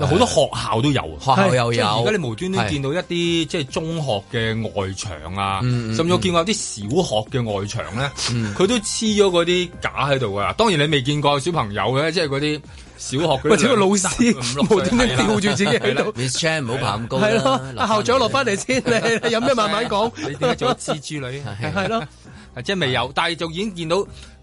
C: 好多學校都有啊。
F: 學校又
C: 即係
F: 有，
C: 而家你無端端
F: 係
C: 見到一啲即係中學嘅外牆啊，
D: 嗯
C: 甚至我見過有啲小學嘅外牆咧，佢都黐咗嗰啲架喺度㗎。當然你未見過小朋友嘅，即係嗰啲小學嗰
D: 或
C: 啲
D: 者個老師
C: 五 六
D: 無
C: 歲
D: 端端
C: 係啦
D: 吊住自己喺度，
F: Miss Chan 唔好爬咁高啦
D: 係咯，
F: 落
D: 阿
F: 返
D: 校長
F: 嚟
D: 落翻嚟先， 你你有咩慢慢講，
C: 你點解做咗蜘蛛女？
D: 係咯，
C: 係即係未有，但係就已經見到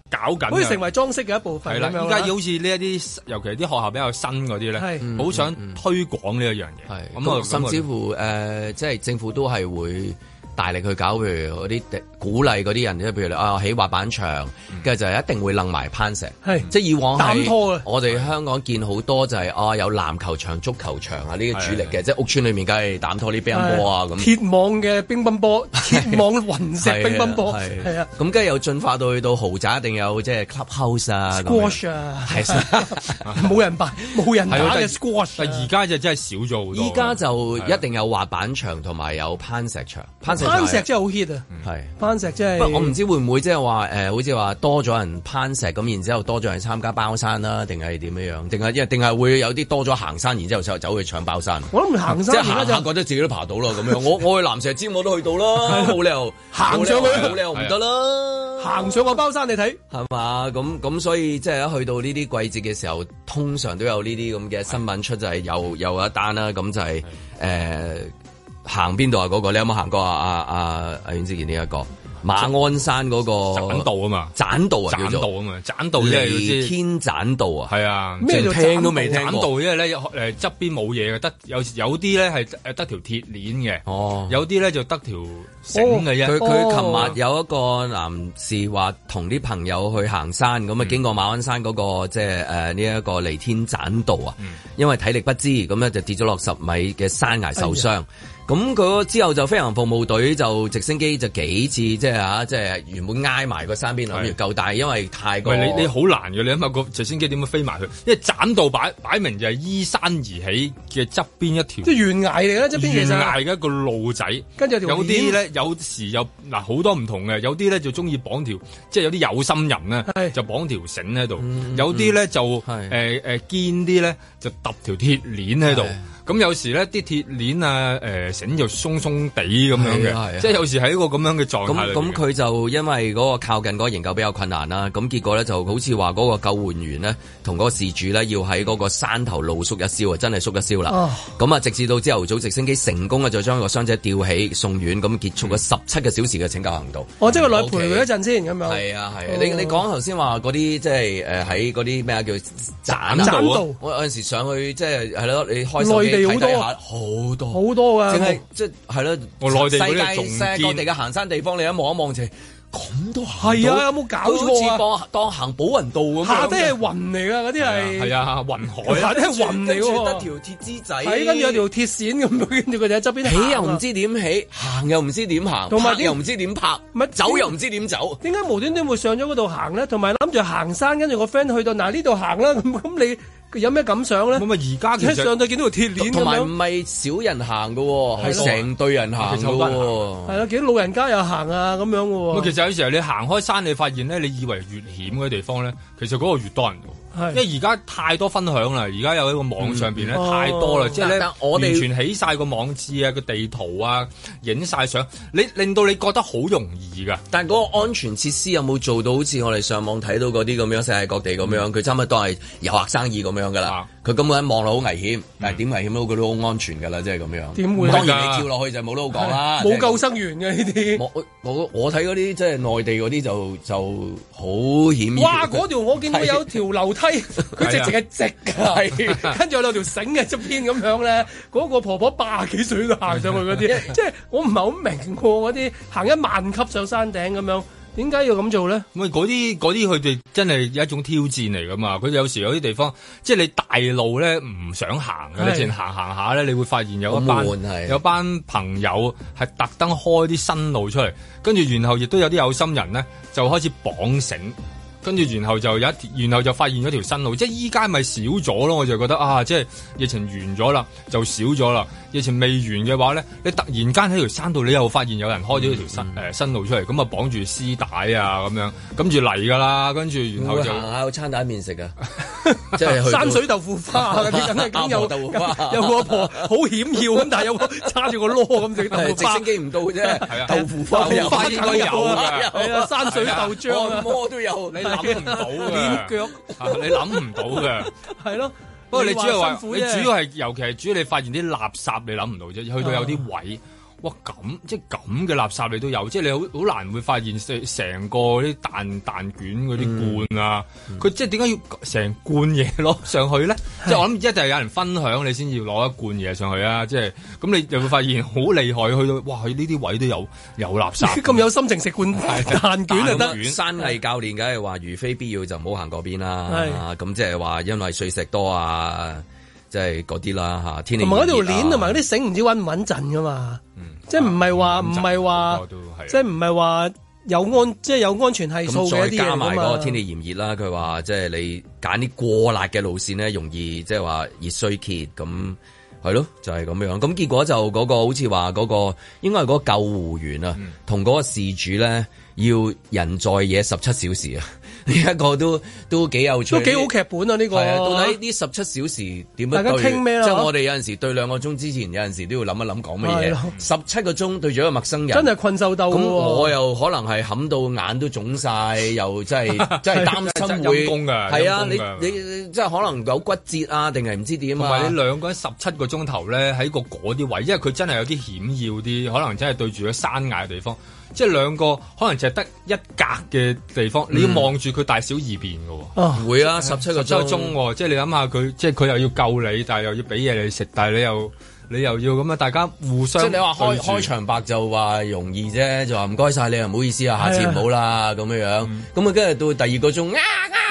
C: 搞緊㗎。
D: 好似成為裝飾嘅一部
C: 啊係
D: 分
C: 啦，
D: 咁樣
C: 依家好似呢一啲，尤其係啲學校比較新嗰啲咧，
D: 係嗯
C: 好想推廣呢一樣嘢。
F: 係
C: 咁啊，
F: 咁，甚至
C: 乎
F: 乎誒、呃即係政府都係會大力去搞，譬如嗰啲地鼓勵嗰啲人，即係譬如你啊起滑板場，跟住就一定會楞埋攀石。
D: 嗯係
F: 即係以往係
D: 膽拖啊
F: 我哋香港見好多就係、啊有籃球場、足球場啊呢啲主力嘅，即係屋村裏面梗係膽拖啲乒乓波啊咁。
D: 鐵網嘅乒乓 波，鐵網雲石乒乓波，係啊
F: 咁跟住又進化到去到豪宅，一定有即係 clubhouse 啊咁樣
D: ，squash 啊，
F: 係
D: 冇人辦，冇人
C: 係啊
D: 打嘅
C: 但
D: squash
C: 但
D: 啊。
C: 而家就真係少咗好多。啊
F: 依家就一定有滑板場同埋有攀石場，攀石場
D: 攀石真係好 hit 啊！
F: 係。
D: 攀石
C: 嗯
D: 真係，
F: 不過我唔知會唔會即係話誒，好似話多咗人攀石咁，然之後多咗人參加包山啦，定係點樣樣？定係因為定係會有啲多咗行山，然之後就走去搶包山。
D: 我諗行
F: 即係
D: 山
F: 行
D: 而家
F: 下
D: 就
F: 覺得自己都爬到啦咁樣。我我去南石尖我都去到啦，冇理由
D: 行上去
F: 冇理由唔得啦。
D: 行上個包山，你睇
F: 係嘛？咁咁所以即係一去到呢啲季節嘅時候，通常都有呢啲咁嘅新聞出，就係又又有一單啦。咁就係、呃誒、行邊度啊？嗰、個你有冇行過啊？啊啊啊阮之健呢一個馬鞍山嗰個
C: 棧道啊嘛，
F: 棧道啊
C: 棧
F: 叫做
C: 道啊嘛棧道即係
F: 離天棧道啊，
C: 係啊
F: 咩叫啊聽都未聽
C: 斬
F: 過。
C: 道，因為咧誒側邊冇嘢嘅，得有有啲咧係誒得條鐵鏈嘅，
F: 哦，
C: 有啲咧就得條繩嘅哦啫。哦
F: 佢佢琴日有一個男士話同啲朋友去行山，咁啊
C: 嗯
F: 經過馬鞍山嗰、個即係誒呢一個離天棧道啊，
C: 嗯
F: 因為體力不支，咁啊咧就跌咗落十米嘅山崖受
C: 哎
F: 傷。咁佢之後就飛行服務隊就直升機就幾次即係嚇，即係原本挨埋個山邊諗住救，但係因為太過
C: 喂，你你好難嘅，你諗下個直升機點樣飛埋去？因為斬道擺擺明就係依山而起嘅側邊一條
D: 即係懸崖嚟啦，側邊啊其
C: 懸
D: 實
C: 崖嘅一個路仔，
D: 跟住有條
C: 有啲
D: 鏈
C: 咧有時有嗱好多唔同嘅，有啲咧就中意綁條，即係有啲有心人咧就綁條繩喺
D: 嗯
C: 度，有啲咧就誒誒堅啲咧就揼條鐵鏈喺度。咁有時咧啲鐵鏈啊誒繩就鬆鬆地咁樣
F: 係啊係啊
C: 嘅，即係有時喺一個咁樣嘅狀態
F: 咁
C: 裏邊。
F: 咁佢就因為嗰個靠近嗰個營救比較困難啦，咁結果咧就好似話嗰個救援員咧同嗰個事主咧要喺嗰個山頭露宿一宵啊，真係宿一宵
L: 哦
F: 啦。咁啊，直至到朝頭早直升機成功啊，就將個傷者吊起送院，咁結束咗十七個小時嘅拯救行動。
D: 我哦即係個女陪佢一陣先咁樣。哦係
F: 啊係你你講頭先話嗰啲即係誒喺嗰啲咩啊叫棧
D: 棧
F: 道
D: 道
F: 啊，我有陣時上去即係係咯，你開手機
D: 內地好
F: 睇
D: 多啊
F: 睇
C: 啊
F: 下，好多
D: 好多啊
F: 淨係即係係咯，
C: 我內地嗰啲
F: 世
C: 係仲
F: 界世界各
C: 堅
F: 地嘅行山地方，你一望一望就係咁都行
D: 係啊
F: 到
D: 有冇搞錯啊
F: 好似當當行寶雲道咁樣
D: 下低係雲嚟㗎，嗰啲係
C: 係啊，雲海
D: 下低係雲嚟
F: 跟住
D: 喎，
F: 得條鐵枝仔，
D: 係跟住有條鐵線咁 樣，跟住佢就喺側邊
F: 哎
D: 啊
F: 起又唔知點起，行又唔知點行，
D: 同埋啲
F: 拍又唔知點拍，
D: 咪
F: 走又唔知點走。
D: 點解無端端會上咗嗰度行咧？同埋諗住行山，跟住個 friend 去到嗱呢度行啦，咁咁你佢有咩感想咧？咁
C: 啊而家其實
D: 上到見到條鐵鏈咁
F: 同埋
D: 樣
F: 唔，係少人行嘅喎，係
D: 係咯
F: 成隊人行
C: 其
F: 嘅
C: 實好多人
F: 喎。
D: 係啦，幾多老人家又行啊咁樣嘅
C: 咁
D: 喎。
C: 其實有時候你行開山，你發現咧，你以為越險嘅地方咧，其實嗰個越多人
D: 喎。
C: 因為而家太多分享啦，而家有一個網上邊咧、
F: 嗯
C: 太多啦，
F: 哦
C: 即係咧
F: 但我哋
C: 完全起晒個網誌啊、個地圖啊、影晒相，你令到你覺得好容易㗎。
F: 但嗰個安全設施有冇做到好似我哋上網睇到嗰啲咁樣世界各地咁
C: 嗯
F: 樣？佢差唔多當係遊客生意咁樣噶
C: 啊
F: 啦。佢根本望落好危險，但
C: 嗯
F: 係點危險都佢都好安全噶啦，即係咁樣。
D: 點會啊
F: 當然你跳落去就冇得好講啦。
D: 冇救生員嘅呢啲。
F: 我我我睇嗰啲即係內地嗰啲就就好險要。
D: 哇！嗰條我見到有條樓梯，佢直直係直㗎，
F: 係
D: 跟住有兩條繩嘅側邊咁樣咧。嗰個婆婆八十幾歲都行上去嗰 啲，即係我唔係好明喎嗰啲行一萬級上山頂咁樣，點解要咁做咧？
C: 咁啊嗰啲嗰啲佢哋真係有一種挑戰嚟㗎嘛。佢有時有啲地方，即係你大路咧唔想行嘅，
F: 係
C: 你自然行行下咧，你會發現有一班
F: 好悶啊係
C: 有班朋友係特登開啲新路出嚟，跟住然後亦都有啲有心人咧就開始綁繩。跟住然後就有一，然後就發現咗條新路，即係依家咪少咗咯，我就覺得啊，即係疫情完咗啦，就少咗啦。疫情未完嘅話咧，你突然間喺條山度，你又發現有人開咗條新誒、
F: 嗯
C: 呃新路出嚟，咁啊綁住絲帶啊咁樣，跟住嚟㗎啦，跟住然後
F: 會
C: 就
F: 行 下有餐蛋麵食 噶，即係去到
D: 啊山 水豆腐花嗰啲，梗係梗有
F: 阿婆豆腐花
D: 有個阿婆好險要咁，但係有個 揸住個籮咁食豆
F: 係
D: 腐
F: 直
D: 花
F: 升。機唔到嘅
C: 係
F: 啫，
C: 啊
F: 豆腐花
D: 豆
F: 有，
D: 腐花
F: 應該有 㗎
D: 係啊山水豆漿啊
F: 按摩都有，
C: 你諗唔到㗎
D: 練腳
C: 啊你諗唔到㗎。
D: 係咯。
C: 不過你主要
D: 話辛
C: 話，
D: 苦
C: 你
D: 啫
C: 主要係，尤其係主要你發現啲垃圾你諗唔到啫，去到有啲
D: 啊
C: 位，哇咁即係咁嘅垃圾你都有，即係你好好難會發現成成個啲蛋蛋卷嗰啲罐啊，
F: 嗯
C: 佢、即係點解要成罐嘢攞 上去咧？即係我諗一定係有人分享你先要攞一罐嘢上去啊！即係咁你就會發現好厲害，去到哇佢呢啲位都有有垃圾， 啊
D: 咁有心情食罐蛋卷就
F: 咁
D: 得。
F: 啊山藝教練梗係話，如非必要就唔好行嗰邊啦。啊
D: 係
F: 咁即係話，因為碎石多啊，即係嗰啲啦嚇。天氣
D: 同埋嗰條
F: 炎熱啊嗯
D: 鏈同埋嗰啲繩唔知穩唔穩陣噶嘛，即係唔係
F: 啊
D: 話唔係話，即係唔係話有安即係有安全係數
F: 咁
D: 嘅
F: 再
D: 一啲嘢
F: 加
D: 㗎
F: 埋
D: 嘛。
F: 嗰個天氣炎熱啦，佢話即係你揀啲過辣嘅路線咧，容易即係話熱衰竭咁。係咯，就係、咁樣。咁結果就嗰、個好似話嗰個應該係嗰個救護員啊，
D: 嗯
F: 同嗰個事主咧要人在野十七小時啊， 呢一個都都幾有趣，
D: 都幾好劇本啊！呢個
F: 係啊，到底呢十七小時點樣
D: 大家
F: 對
D: 傾咩啦
F: 即係我哋有陣時對兩個鐘之前，有陣時都要諗一諗講
D: 係
F: 乜
D: 咯
F: 嘢。十七個鐘對住一個陌生人，
D: 真係困獸鬥㗎
F: 咁
D: 喎
C: 哦
F: 我又可能係冚到眼都腫晒，又真 係真係擔心會
C: 陰公㗎
F: 係啊，
C: 陰公㗎
F: 你你你即係可能有骨折啊，定係唔知點
C: 同
F: 啊
C: 埋你。兩個人十七個鐘頭咧，喺個嗰啲位，因為佢真係有啲險要啲，可能真係對住咗山崖嘅地方。即係兩個可能就係得一格嘅地方，你要望住佢大小二便嘅喎。
F: 嗯會啊，十七個
C: 周
F: 鐘。
C: 中喎，即係你諗下佢，即係佢又要救你，但係又要俾嘢你食，但係你又你又要咁啊，大家互
F: 即
C: 相
F: 係你話開
C: 對住
F: 開場白就話容易啫，就話唔該晒你啊，唔好意思啊，下次唔好啦咁樣樣。
C: 嗯
F: 咁啊，跟住到第二個鐘啊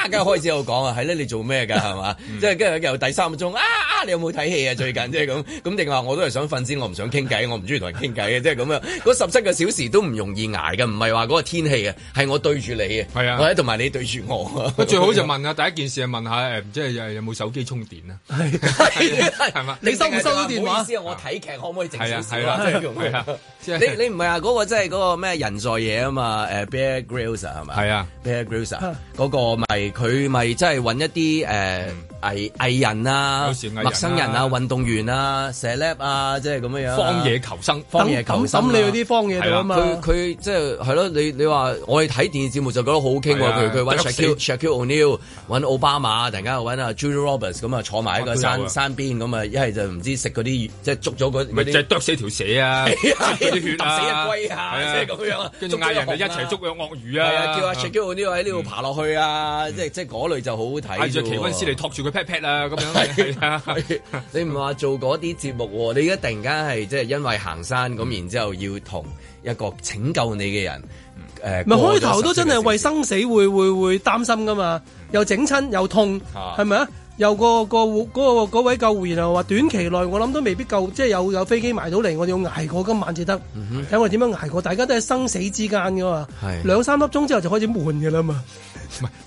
F: 啊，跟住開始有講啊，係咧，你做咩 㗎係嘛？
C: 嗯
F: 即係跟住又第三個鐘啊啊，你有冇睇戲啊？最近即 係咁咁，定話我都係想瞓先，我唔想傾偈，我唔中意同人傾偈嘅，即係咁樣。嗰十七個小時都唔容易捱嘅，唔係話嗰個天氣嘅，係我對住你嘅，係啊，或者同埋你對住我。啊
C: 不過最好就問下啊第一件事係問下誒，即係有有冇手機充電啊？
F: 係嘛？
C: 你收唔收到
F: 定係
C: 電話
F: 唔好意思啊，我睇劇可唔可以靜少
C: 係
F: 少啊？
C: 啊
F: 即係咁
C: 係啊即係
F: 你你唔係啊？嗰個即係嗰個咩人在嘢啊嘛？誒 Bear Grylls 啊係咪？
C: 係啊
F: ，Bear Grylls 啊嗰個咪佢咪即係揾一啲誒藝藝人啊
C: 嗯有時藝人、啊
F: 陌生人啊、運動員啊、celeb 啊，即係咁樣樣啊。
C: 荒野求生
F: 荒野求生啊。
D: 抌抌你去啲荒野度啊嘛
F: 係啦佢佢即係係咯，你你話我哋睇電視節目就覺得好好傾喎。
C: 係啊
F: 佢佢揾
C: 得
F: Shakil
C: 死
F: Shakil O'Neal，揾奧巴馬，突然間又揾啊 Julia Roberts 咁啊，坐埋喺個
C: 都有
F: 山
C: 啊
F: 山邊咁啊，一係就唔知食嗰啲即係捉咗嗰
C: 咪
F: 嗰
C: 就
F: 啲
C: 係。啄死條蛇啊，
F: 係啊
C: 捽嗰啲血
F: 揼死隻
C: 啊，
F: 龜啊
C: 係
F: 即係咁樣啊
C: 跟住嗌人哋一齊捉
F: 捉
C: 隻鱷魚
F: 係
C: 啊，嗯
F: 啊，叫阿 Shakil O'Neal 喺呢度爬落去啊，即係即係嗰類就好好睇。
C: 嗌住奇温斯嚟托住佢 pat pat 啊，咁樣係啊。
F: 你唔話做嗰啲節目喎，你而家突然間係即係因為行山
C: 嗯
F: 咁，然之後要同一個拯救你嘅人誒，
D: 咪
F: 過咗
D: 開頭都
F: 十
D: 真
F: 幾
D: 係
F: 個嗯
D: 為生死會會會擔心噶嘛，又整親又痛，
F: 啊
D: 係咪啊？又個個護嗰個嗰位救護員又話短期內我諗都未必夠，即係有有飛機埋到嚟，我哋要捱過今晚至得。
F: 嗯
D: 睇我哋點樣捱過，大家都係生死之間噶嘛
C: 係。
D: 兩三粒鐘之後就開始悶噶啦嘛。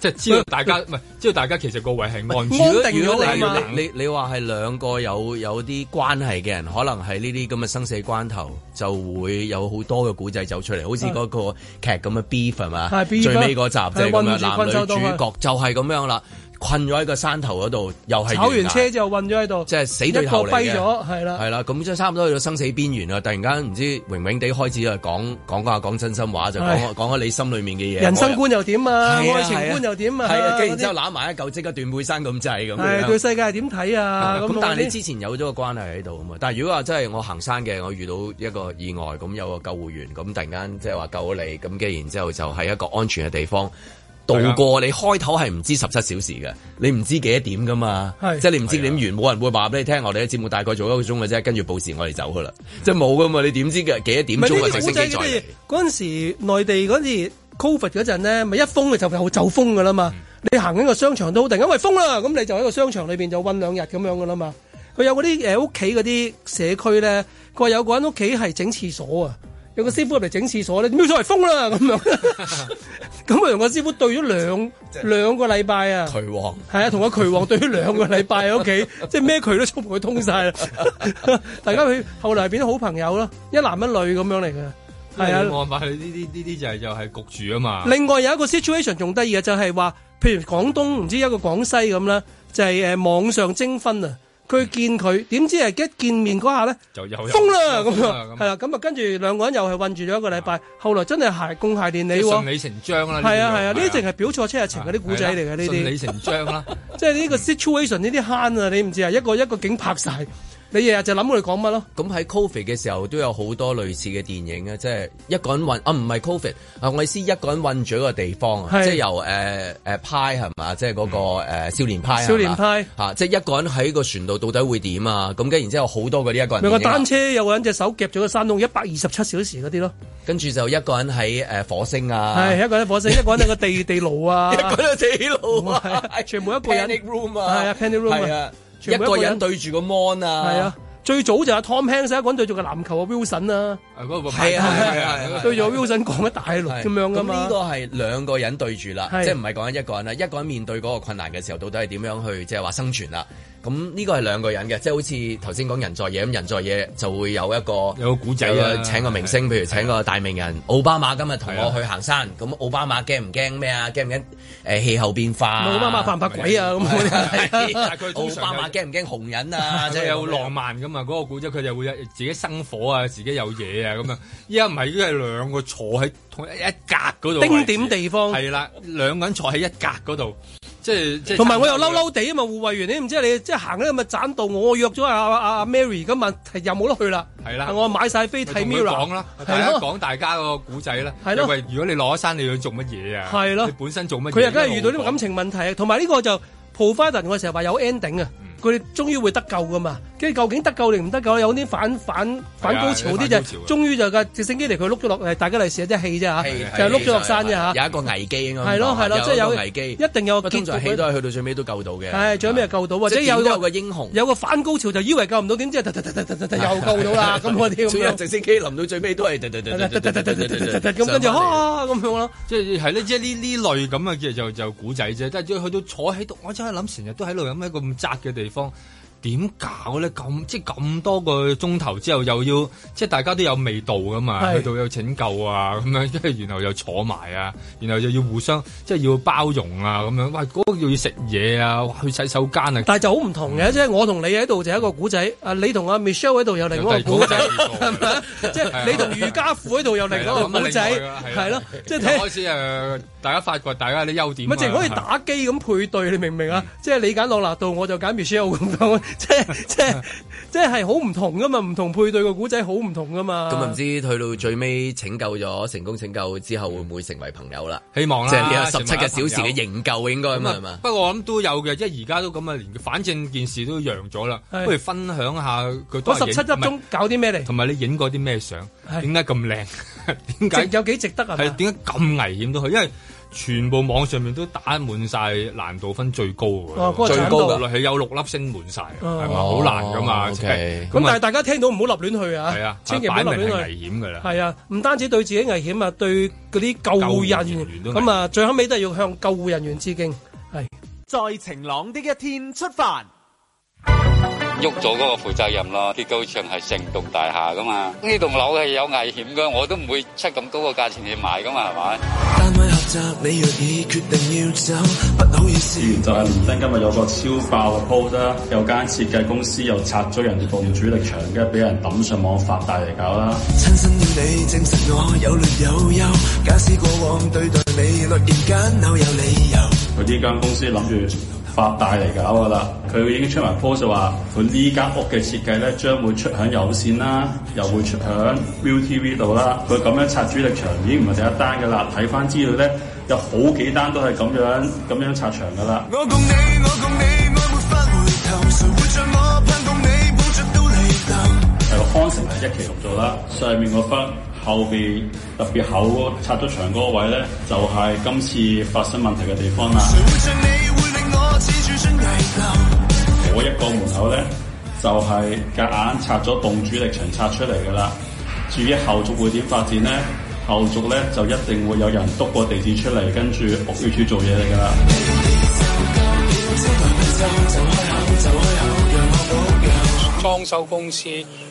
C: 即係知道大家唔 係知道大家其實個位係安全，
F: 如果如果
C: 如果
F: 你你啊你你話係兩個有有啲關係嘅人，可能喺呢啲咁嘅生死關頭，就會有好多嘅古仔走出嚟，好似嗰個劇咁嘅 Beef 係嘛？
D: 係啊 Beef
F: 最尾嗰集就
D: 係
F: 係咁
D: 困
F: 樣，
D: 住
F: 男
D: 困
F: 女
D: 獸鬥啊
F: 主角就係咁樣啦，困咗喺個山頭嗰度，又係
D: 炒
F: 懸
D: 完
F: 崖
D: 車之後韞咗喺度，
F: 即係死對頭嚟嘅
D: 一個跛咗，係啦。
F: 係啦，咁即係差唔多去到生死邊緣啦。突然間唔知榮榮地開始啊，講講下講真心話，就講
D: 係
F: 講開你心裏面嘅嘢。
D: 人生觀又點啊，
F: 係啊
D: 愛情觀又點啊，
F: 係啊，
D: 嗰
F: 跟住然
D: 啲
F: 之後攬埋一嚿，即刻斷背山咁滯咁
D: 係
F: 樣。
D: 對世界係點睇啊？
F: 咁但係你
D: 知
F: 之前有咗個關係喺度啊嘛，但係如果話真係我行山嘅，我遇到一個意外，咁有個救護員，咁突然間即係話救咗你，咁跟住然之後就係一個安全嘅地方。度
D: 啊
F: 過你開頭係唔知十七小時嘅，你唔知幾多點噶嘛，
B: 係
F: 即係你唔知點完，冇人會話俾你聽。我哋嘅節目大概做一個鐘嘅啫，跟住報時我哋走噶啦，即係冇噶嘛，你點知嘅幾多點
D: 唔係
F: 鐘啊
D: 呢啲
F: 嘅直
D: 古
F: 升機
D: 仔
F: 再
D: 嗰
F: 嚟
D: 啲？嗰陣時，內地嗰陣時 Covid 嗰陣咧，咪一封就就就封噶啦嘛。
F: 嗯
D: 你行緊個商場都好，突然間喂封啦，咁你就喺個商場裏邊就韞兩日咁樣噶啦嘛。佢有嗰啲誒屋企嗰啲社區咧，佢話有個人屋企係整廁所啊，有個師傅入嚟整廁所咧，點知所謂封啦咁 樣，咁啊同個師傅對咗兩兩個禮拜啊。
F: 渠王
D: 係啊，同個渠王對咗兩個禮拜喺屋企，即係咩渠都衝佢通晒啦。大家佢後來變咗好朋友咯，一男一女咁樣嚟嘅。係啊，
C: 冇辦法，呢啲呢啲就係又係焗住啊嘛。
D: 另外有一個 situation 仲得意嘅就係話，譬如廣東唔知一個廣西咁啦，就係、誒、網上徵婚啊。佢見佢點知係一見面嗰下咧，
C: 就又有
D: 封啦咁
C: 封啦
D: 樣，係啦，咁啊跟住兩個人又係韞住咗一個禮拜，後來真係鞋共鞋連理
C: 即係
D: 喎
C: 順。理成章啦。
D: 係啊係啊，呢
C: 啲啊
D: 啲
C: 就
D: 淨係表錯車日情嗰啲古仔嚟嘅呢
C: 順理
D: 啲，
C: 成章啦。
D: 即係呢個 situation 呢啲慳啊，你唔知啊，一個一個景拍晒，你日日就諗佢哋講乜咯。
F: 咁喺 Covid 嘅時候都有好多類似嘅電影啊，即係一個人困啊，唔係 Covid 啊，我意思一個人困住一個地方啊，
D: 係嗯
F: 即係由誒誒派係嘛，即係嗰個誒少年派係嘛
D: 少年派
F: 嚇，即係一個人喺個船度到底會點啊？咁跟然之後好多嗰啲一個人
D: 咪個
F: 電影啊
D: 單車有個人隻手夾咗個山洞一百二十七小時嗰啲咯，
F: 跟住就一個人喺誒火星啊，
D: 係一個人喺 火星，一個人喺個地地牢啊，
F: 一個人 喺地牢啊，
D: 全部一個人
F: Panic room 啊，
D: 係啊，panic room 啊
F: 係啊，一
D: 全部一個
F: 個
D: 人
F: 人對住個 mon 啊，
D: 係啊，最早就係 Tom Hanks 一個人對住個籃球啊 Wilson 啊，
C: 啊嗰個
F: 係啊係啊係啊
D: 對住個 Wilson 講一大輪咁樣噶
F: 咁呢
D: 嘛
F: 個。係兩個人對住啦，
D: 係
F: 即係唔係講緊一個人啦，一個人面對嗰個困難嘅時候，到底係點樣去即係話生存啦？咁呢個係兩個人嘅，即係好似頭先講人在嘢咁，人在嘢就會有一個
C: 有個古仔啊
F: 有個請個明星，譬如請個大名人奧巴馬今日同
C: 啊
F: 我去行山，咁奧巴馬驚唔驚咩啊？驚唔驚誒氣候變化啊？
D: 冇媽媽犯法鬼啊咁嗰啲
F: 係
D: 係啊
C: 但係佢通
F: 奧
C: 常
F: 巴
C: 有
F: 馬驚唔驚紅 人啊？即
C: 即
F: 係
C: 係有
F: 咁樣
C: 浪漫噶嘛，嗰、個古仔佢就會有自己生火啊，自己有嘢啊咁啊。依家唔係，依家係兩個坐喺同一格嗰度位置，
D: 丁點地方
C: 係啦，兩個人坐喺一格嗰度，即即係即係
D: 同埋我又嬲嬲地啊嘛，護衛員你唔知你即係行咧咁嘅棧道，我約咗阿阿阿 Mary 今日又冇得去啦，
C: 係啦
D: 我買晒飛
C: 咪
D: 睇
C: 同佢
D: Mira，
C: 講啦，大家講大家個古仔啦。
D: 係咯
C: 喂，如果你攞山，你要做乜嘢啊？
D: 係咯
C: 你本身做乜嘢？
D: 佢又梗係遇到呢個感情問題，同埋呢個就 provider，我成日話有 ending 啊，佢哋終於會得救噶嘛。跟住究竟得救定唔得救咧？有啲反反反高潮啲
F: 有啲反高潮
D: 就
F: 啊
D: 終於就架直升機嚟，佢碌咗落嚟，大家嚟試下啲氣啫嚇，就係碌咗落山啫嚇。
F: 有一個危機應該咁講
D: 係咯係咯即係有
F: 一個危機，
D: 一定有個
F: 不過通常
D: 結局
F: 戲都係去到最尾都救到嘅。
D: 係最後尾就救到，或者
F: 即係點
D: 有
F: 都有個
D: 個
F: 英雄，
D: 有個反高潮就以為救唔到，點知突突突 突突突又救到 啦。咁我哋咁
F: 所以
D: 樣
F: 直升機臨到最尾都係突突突突突突突突突
D: 咁跟住啊咁樣咯。
C: 即係係咧，即係呢呢類咁嘅嘅就就古仔啫。但係去到坐喺度，我真係諗成日都喺度咁一個咁窄嘅地方。點搞咧？咁即係咁多個鐘頭之後，又要即係大家都有味道啊噶嘛？
D: 係
C: 去到有拯救啊咁樣，跟住然後又坐埋啊，然後又要互相即係要包容啊咁樣。哇！嗰、個又要食嘢啊，哇去洗手間啊。
D: 但係就好唔同嘅，即係我同你喺度就係一個古仔，啊你同阿 Michelle 喺度有另外一個古仔，
C: 有第二個
D: 係咪啊？ 即係你同瑜伽褲喺度有另外一
C: 啊
D: 個古仔，係咯，即係睇
C: 開始誒，大家發掘大家啲優點啊。嗯
D: 咪淨可以打機咁配對，你明唔明啊？即係你揀朗拿度，我就揀 Michelle 咁樣， 即係即係即係係好唔同噶嘛，唔同配對個古仔好唔同噶嘛。
F: 咁啊唔知去到最尾拯救咗成功拯救之後，會唔會成為朋友啦？
C: 希望啦
F: 即係呢個十七
C: 成為
F: 個
C: 一
F: 小時嘅營救應該咁
C: 咁
F: 啊係
C: 啊
F: 嘛，？
C: 不過我諗都有嘅，即係而家都咁啊，連反正件事都揚咗啦，
D: 係
C: 不如分享下佢當
D: 嗰
C: 日
D: 十七粒
C: 影唔
D: 鐘
C: 係
D: 搞啲咩嚟？
C: 同埋你影過啲咩相？
D: 係
C: 點解咁靚？ 點
D: 值
C: 解
D: 有幾值得啊？
C: 係點解咁危險都去？因為全部網上面都打滿晒難度分最高嘅，
D: 哦嗰個
C: 最
D: 最
C: 高
D: 高
C: 嘅
D: 㗎
C: 係有六粒星滿晒，
D: 哦
C: 係嘛？好難噶嘛，
F: 哦
C: 即係
F: OK
D: 咁但係
C: 啊
D: 大家聽到唔好立亂去啊
C: 係啊，，
D: 千祈唔好
C: 擺
D: 立
C: 明係
D: 亂
C: 危
D: 去。
C: 險㗎啦。
D: 係啊，唔單止對自己危險啊，對嗰啲救護人員
C: 都危險
D: 咁啊，最後尾都係要向救護人員致敬。係
E: 在晴朗的一天出發。
L: 喐咗嗰個負責任咯，鐵高牆係成棟大廈噶嘛，呢棟樓係有危險噶，我都唔會出咁高個價錢去買噶嘛，係咪？
M: 單位狹窄，你若已決定要走，不好意思。
N: 之前就係連登今日有個超爆嘅 post 啦，有間設計公司又拆咗人哋棟主力牆，跟住俾人抌上網發大嚟搞啦。
M: 親身要你證實我有劣有優，假使過往對待你略嫌簡陋有理由。
N: 佢呢間公司諗住發大嚟搞噶啦，佢已經出埋 post 就話佢呢間屋嘅設計咧將會出響有線啦，又會出響 ViuTV 度啦。佢咁樣拆主力牆已經唔係第一單噶啦，睇翻資料咧有好幾單都係咁樣咁樣拆牆噶啦。
M: 我共你，我共你，愛沒法回頭，誰會像我盼共你，抱着到離愁。
N: 係個康城係一期六做啦，上面嗰忽後邊特別厚嗰個拆咗牆嗰個位咧，就係、今次發生問題嘅地方啦。
M: 會像你，會令我似處進危樓。
N: 嗰一個門口咧，就係、夾硬拆咗棟主力牆拆出嚟噶啦。至於後續會點發展咧，後續咧就一定會有人篤個地址出嚟，跟住屋宇署做嘢嚟噶啦。
O: 裝修公司，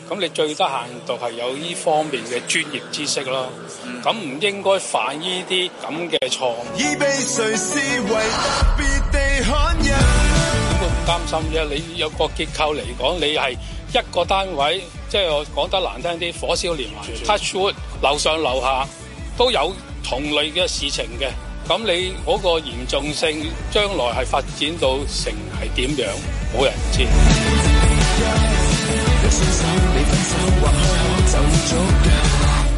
O: 咁你最低限度係有呢方面嘅專業知識咯。咁唔應該犯呢啲咁嘅錯誤。
M: 已被誰視為特別地罕有。
O: 咁我唔擔心啫。你有個結構嚟講，你係一個單位，即係我講得難聽啲，火燒連環船，touch wood，樓上樓下都有同類嘅事情嘅。咁你嗰個嚴重性，將來係發展到成係點樣，冇人知。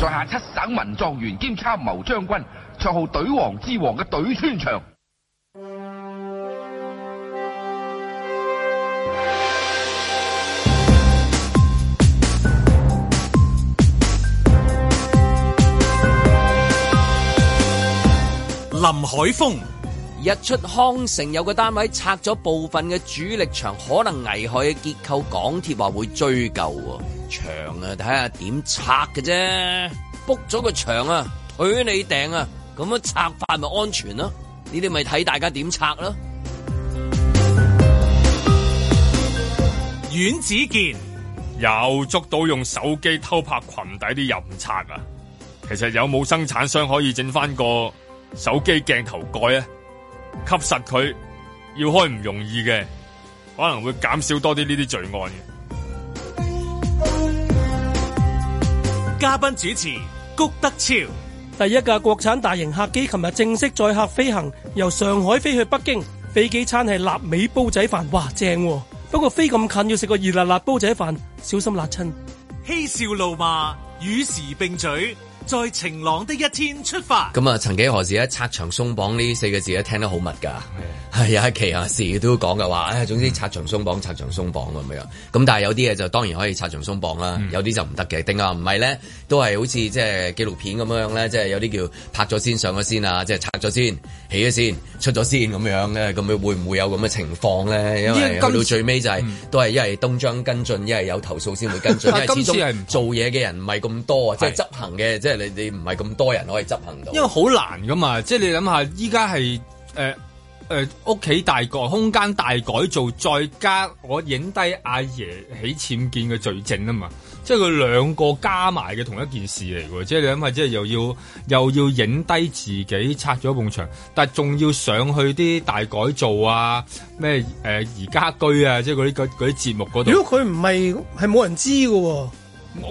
P: 在下七省文狀元兼參謀將軍，綽號隊王之王嘅隊穿牆。
B: 林海峰。日出康城有個單位拆咗部分嘅主力牆，可能危害嘅結構，港鐵話會追究喎。牆啊，睇下點拆嘅啫。book 咗個牆啊，腿你訂啊，咁樣拆法咪安全咯、呢啲咪睇大家點拆咯。
C: 阮子健又捉到用手機偷拍裙底啲淫賊啊！其實有冇生產商可以整翻個手機鏡頭蓋啊？吸實佢要開唔容易嘅，可能會減少多啲呢啲罪案嘅。
A: 嘉賓主持谷德超，
D: 第一架國產大型客機琴日正式載客飛行，由上海飛去北京，飛機餐係臘味煲仔飯，哇正喎、不過飛咁近要食個熱辣辣煲仔飯，小心辣親。
A: 嬉笑怒罵，與時並舉，在晴朗的一天出發。
F: 咁啊，曾幾何時咧，拆牆鬆綁呢四個字咧，聽得好密㗎。係有一期啊，時都講嘅話，哎唉，
C: 嗯
F: 總之拆牆鬆綁、拆牆鬆綁咁樣。咁但係有啲嘢就當然可以拆牆鬆綁啦，
C: 嗯
F: 有啲就唔得嘅。定啊，唔係咧，都係好似即係紀錄片咁樣咧，即係有啲叫拍咗先上咗先啊，即係拆咗先、起咗先、出咗先咁樣咧。咁會唔會有咁嘅情況咧？因為去到最尾就係、
C: 嗯
F: 都係一係東張跟進，一係有投訴先會 跟進。因為
C: 但今次
F: 始終
C: 係唔
F: 做嘢嘅人唔係咁多啊，即係執行嘅，即係你你唔係咁多人可以執行到。
C: 因為好難噶嘛，即係你諗下，依家係誒誒屋企大改空間大改造，再加我影低阿爺起僭建嘅罪證啊嘛，即係佢兩個加埋嘅同一件事嚟喎，即係你諗下，即係又要又要影低自己拆咗埲牆，但係仲要上去啲大改造啊，咩誒、呃宜家居啊，即係嗰啲嗰嗰啲節目嗰度。
D: 如果佢唔係，係冇人知嘅喎、
C: 我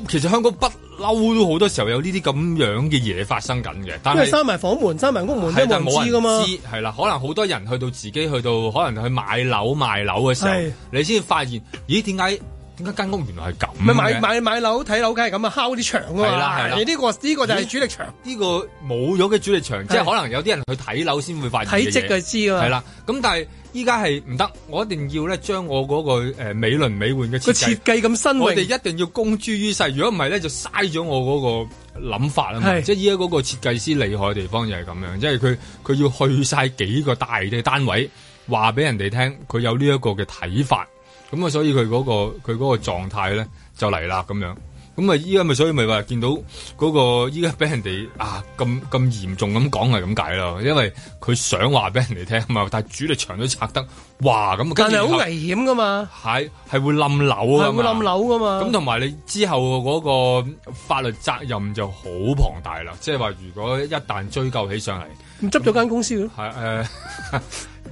C: 其實香港不嬲都好多時候有呢啲咁樣嘅嘢發生緊嘅，但
D: 因為
C: 係。
D: 閂埋房門、閂埋屋門都
C: 係但
D: 冇人知噶嘛。
C: 知係啦，可能好多人去到自己去到可能去買樓賣樓嘅時
D: 係
C: 候，你先發現，咦點解點解間屋原來係咁
D: 咪買
C: 嘅
D: 買買樓睇樓，梗係咁啊，敲啲牆啊
C: 係啦
D: 嘛。
C: 係啦
D: 你呢個呢個就係主力牆。
C: 呢個冇咗嘅主力場，即係
D: 係
C: 可能有啲人去睇樓先會發現
D: 睇積就知㗎啦
C: 係啦，咁但係依家係唔得，我一定要咧將我嗰個呃美輪美奐嘅
D: 個設計咁新穎
C: 我哋一定要公諸於世。如果唔係咧，就嘥咗我嗰個諗法啊嘛。
D: 係
C: 即係依家嗰個設計師厲害嘅地方就係咁樣，即係佢佢要去晒幾個大嘅單位，話俾人哋聽佢有呢一個嘅睇法。咁啊，所以佢嗰、個佢嗰個狀態咧就嚟啦咁樣。咁啊，依家咪所以咪話見到嗰、個依家俾人哋啊咁咁嚴重咁講係咁解咯，因為佢想話俾人哋聽嘛，但係主力牆都拆得，哇咁，啊
D: 但係好危險噶嘛，
C: 係係會冧樓啊，
D: 係會冧。樓噶嘛。
C: 咁同埋你之後嗰個法律責任就好龐大啦，即係話如果一旦追究起上嚟，
D: 同執咗間公司咯。
C: 係誒、呃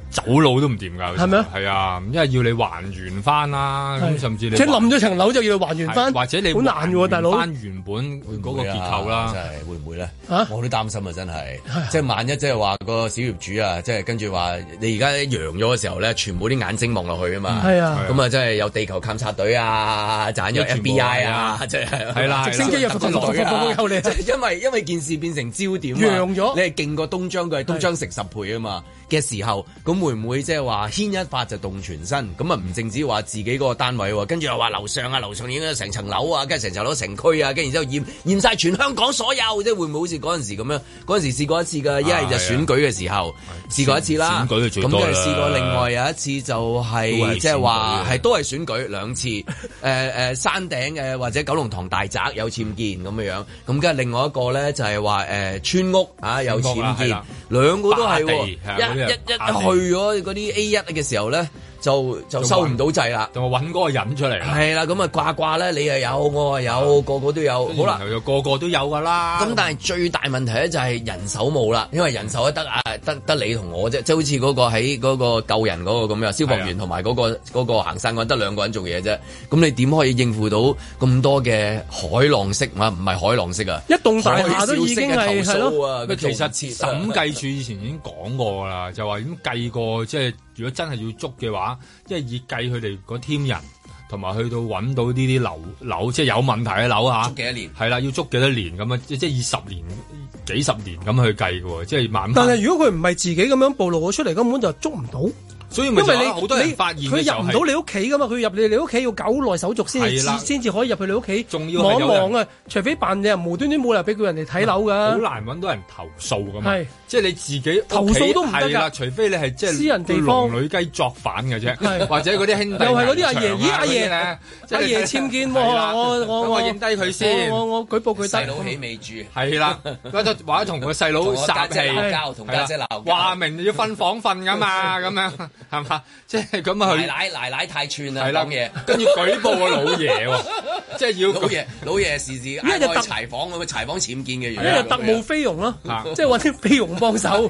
C: 走佬都唔掂㗎，
D: 係咩
C: 係啊，因為要你還原翻啦，咁
D: 係
C: 甚至你
D: 即係
C: 還
D: 冧咗層樓就要還原翻，
C: 係或者你
D: 好難嘅喎，大佬。
C: 還原翻原本嗰個結構啦
F: 真。係會唔會咧？我都擔心啊，真係，即係萬一即係話個小業主啊，即係跟住話你而家揚咗嘅時候咧，全部啲眼睛望落去啊嘛，
D: 係啊
F: 咁啊，即係有地球勘察隊啊，賺咗 FBI 啊，即係
C: 係啦
F: 特
C: 直升機
D: 又
F: 特種
D: 復復
F: 隊啊
D: 復復復
F: 即係因為因為件事變成焦點啊，
D: 揚咗
F: 你係勁過東張，佢係東張成十倍啊嘛嘅時候，咁會唔會即係話牽一發就動全身？咁啊唔淨止話自己嗰個單位喎，跟住又話樓上啊樓上影咗成層樓啊，跟住成層樓成區啊，跟住然之後驗驗晒全香港所有，即係會唔會好似嗰陣時咁樣？嗰陣時試過一次㗎，一係就
C: 係啊
F: 選舉嘅時候試過一次啦，
C: 選舉就最
F: 咁
C: 多
F: 就
C: 啦
F: 試過另外有一次就
C: 都
F: 係
C: 係
F: 即係
C: 選
F: 話
C: 舉啊嘅
F: 係都係選舉兩次， 誒、誒山頂嘅或者九龍塘大宅有僭建咁樣樣，咁跟住另外一個咧就係話誒村屋啊有
C: 村屋啊
F: 僭建
C: 係啦，
F: 兩個都係
C: 霸
F: 喎，
C: 地係啊
F: 一
C: 嗰啲係霸地
F: 一一去咗嗰啲 A 一嘅時候咧就就收唔到掣啦，
C: 同埋揾嗰個人出嚟啦啊
F: 係啦，咁啊掛掛咧你又有我又有，個個都有，好啦
C: 然。後就個個都有㗎啦。
F: 咁但係最大問題咧就係人手冇啦，因為人手得啊得得你同我啫，即係好似嗰個喺嗰個救人嗰個咁樣，消
C: 啊
F: 防員同埋嗰個嗰個行山嗰個得兩個人做嘢啫，咁你點可以應付到咁多嘅海浪式啊？唔係海浪式啊，
D: 一棟大
F: 海
D: 廈都
F: 嘯
D: 已
F: 式
D: 經
F: 嘅
D: 係
F: 投
D: 係
F: 訴
D: 咯
F: 啊，
C: 喂，其
F: 實
C: 實審計署以前已經講過啦，就話已經計過，即係如果真係要捉嘅話，即係以計佢哋嗰 team 人，同埋去到揾到呢啲樓樓，即係有啊問題嘅樓嚇，
F: 捉幾多年？
C: 係啦，要捉幾多年咁樣，即即係以十年、幾十年咁去計嘅喎，即係慢慢。
D: 但係如果佢唔係自己咁樣暴露咗出嚟，根本就捉唔到。
C: 所以
D: 因
C: 咪就
D: 為
C: 係
D: 你
C: 好多人
D: 你
C: 發現嘅就
D: 佢
C: 係
D: 入唔到你屋企噶嘛，佢入你哋屋企要搞耐手續先
C: 係啦
D: 先至可以入去你屋企，仲
C: 要係
D: 望一
C: 有人
D: 望啊！除非扮你又無端端冇理由俾佢人哋睇樓噶，
C: 好難揾到人投訴噶嘛
D: 係，
C: 即係你自己
D: 投訴都唔得㗎
C: 係啦，除非你係即係
D: 私人地方
C: 女雞作反嘅
D: 係
C: 啫， 或者嗰啲兄弟
D: 又係嗰啲阿
C: 場
D: 爺，
C: 啊
D: 咦阿
C: 嗰啲
D: 爺
C: 咧，即係
D: 阿
C: 你
D: 爺
C: 睇
D: 僭建喎，
C: 係啦
D: 我我
C: 咁我影低佢先
D: 我我我舉報佢得，
F: 未住，
C: 係 啦，或者或者同個細佬
F: 同我家
C: 殺氣
F: 姐鬧交同家
C: 係
F: 姐鬧交
C: 啦話明要分房瞓噶 嘛，咁樣係嘛？即係咁啊，
F: 奶
C: 佢
F: 奶奶奶太串啦，
C: 係啦
F: 講嘢，
C: 跟住舉報啊 個老爺喎，即係要
F: 老爺老爺時時
D: 一就
F: 嗌我
D: 特
F: 去柴房咁啊，柴房僭建嘅
D: 一
F: 原
D: 係
C: 啊
F: 因
D: 特務菲傭咯
F: 啊，
D: 即係揾啲菲傭幫 手，
C: 啊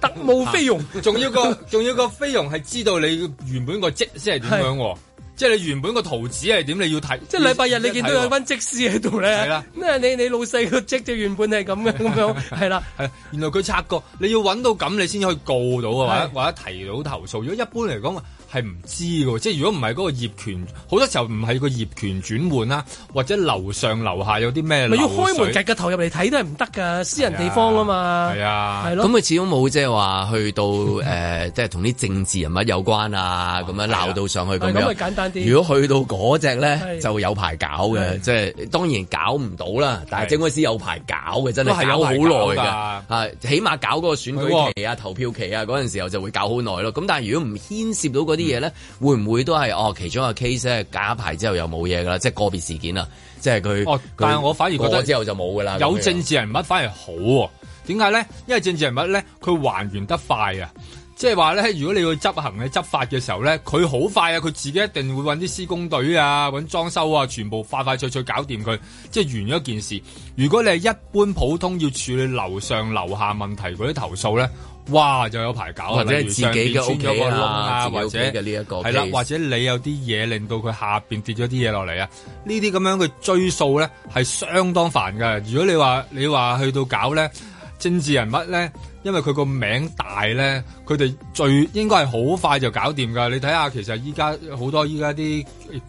D: 特務菲傭。
C: 仲要個仲要個菲傭係知道你原本個職先係點樣喎。即係你原本個圖紙係點，你要睇。
D: 即係禮拜日你見到有班則師喺度咧
C: 係啦，
D: 因為你你老細個職就原本係 咁嘅咁樣，係啦，
C: 係原來佢察覺，你要揾到咁你先可以告到
D: 係
C: 啊，或者或者提到投訴。如果一般嚟講係唔知嘅，即係如果唔係嗰個業權，好多時候唔係個業權轉換啦，啊或者樓上樓下有啲咩
D: 咪要
C: 流水
D: 開門夾個頭入嚟睇都係唔得㗎，私人地方啊嘛，
C: 係啊
D: 係
F: 咁
D: 咯，
F: 佢始終冇即係話去到誒，呃即係同啲政治人物有關啊，咁樣鬧到上去咁
D: 係咁咪
F: 樣。
D: 簡單啲。
F: 如果去到嗰只咧，
D: 係
F: 就有排搞嘅，即係當然搞唔到啦。但係整嗰時有排搞嘅，真係
C: 哇係有
F: 搞好
C: 排
F: 耐嘅，
C: 搞
F: 啊，起碼搞嗰個選舉期啊、投票期啊嗰陣時候就會搞好耐咯。咁但係如果唔牽涉到嗰啲嘢咧，
C: 嗯
F: 會唔會都係哦其中一個 case 咧，隔一排之後又冇嘢㗎啦，即係個別事件啊，即係佢。
C: 哦但係我反而覺得
F: 過咗之後就冇㗎啦。
C: 有
F: 咁樣
C: 政治人物反而好喎、點解咧？因為政治人物咧，佢還原得快啊！即係話咧，如果你去執行你執法嘅時候咧，佢好快啊！佢自己一定會揾啲施工隊啊、揾裝修啊，全部快快脆脆搞掂佢，即係完咗件事。如果你係一般普通要處理樓上樓下問題嗰啲投訴咧，哇，就有排搞啊
F: 或者係
C: 例如
F: 自己
C: 上邊穿
F: 嘅屋企
C: 咗個窿
F: 啊
C: 啊，
F: 自己
C: 或
F: 屋企
C: 者
F: 嘅呢一個
C: 係啦
F: case，
C: 或者你有啲嘢令到佢下邊跌咗啲嘢落嚟啊，呢啲咁樣嘅追數咧係相當煩㗎。如果你話你話去到搞咧，政治人物咧，因為佢個名大咧，佢哋最應該係好快就搞掂㗎。你睇下，其實依家好多依家啲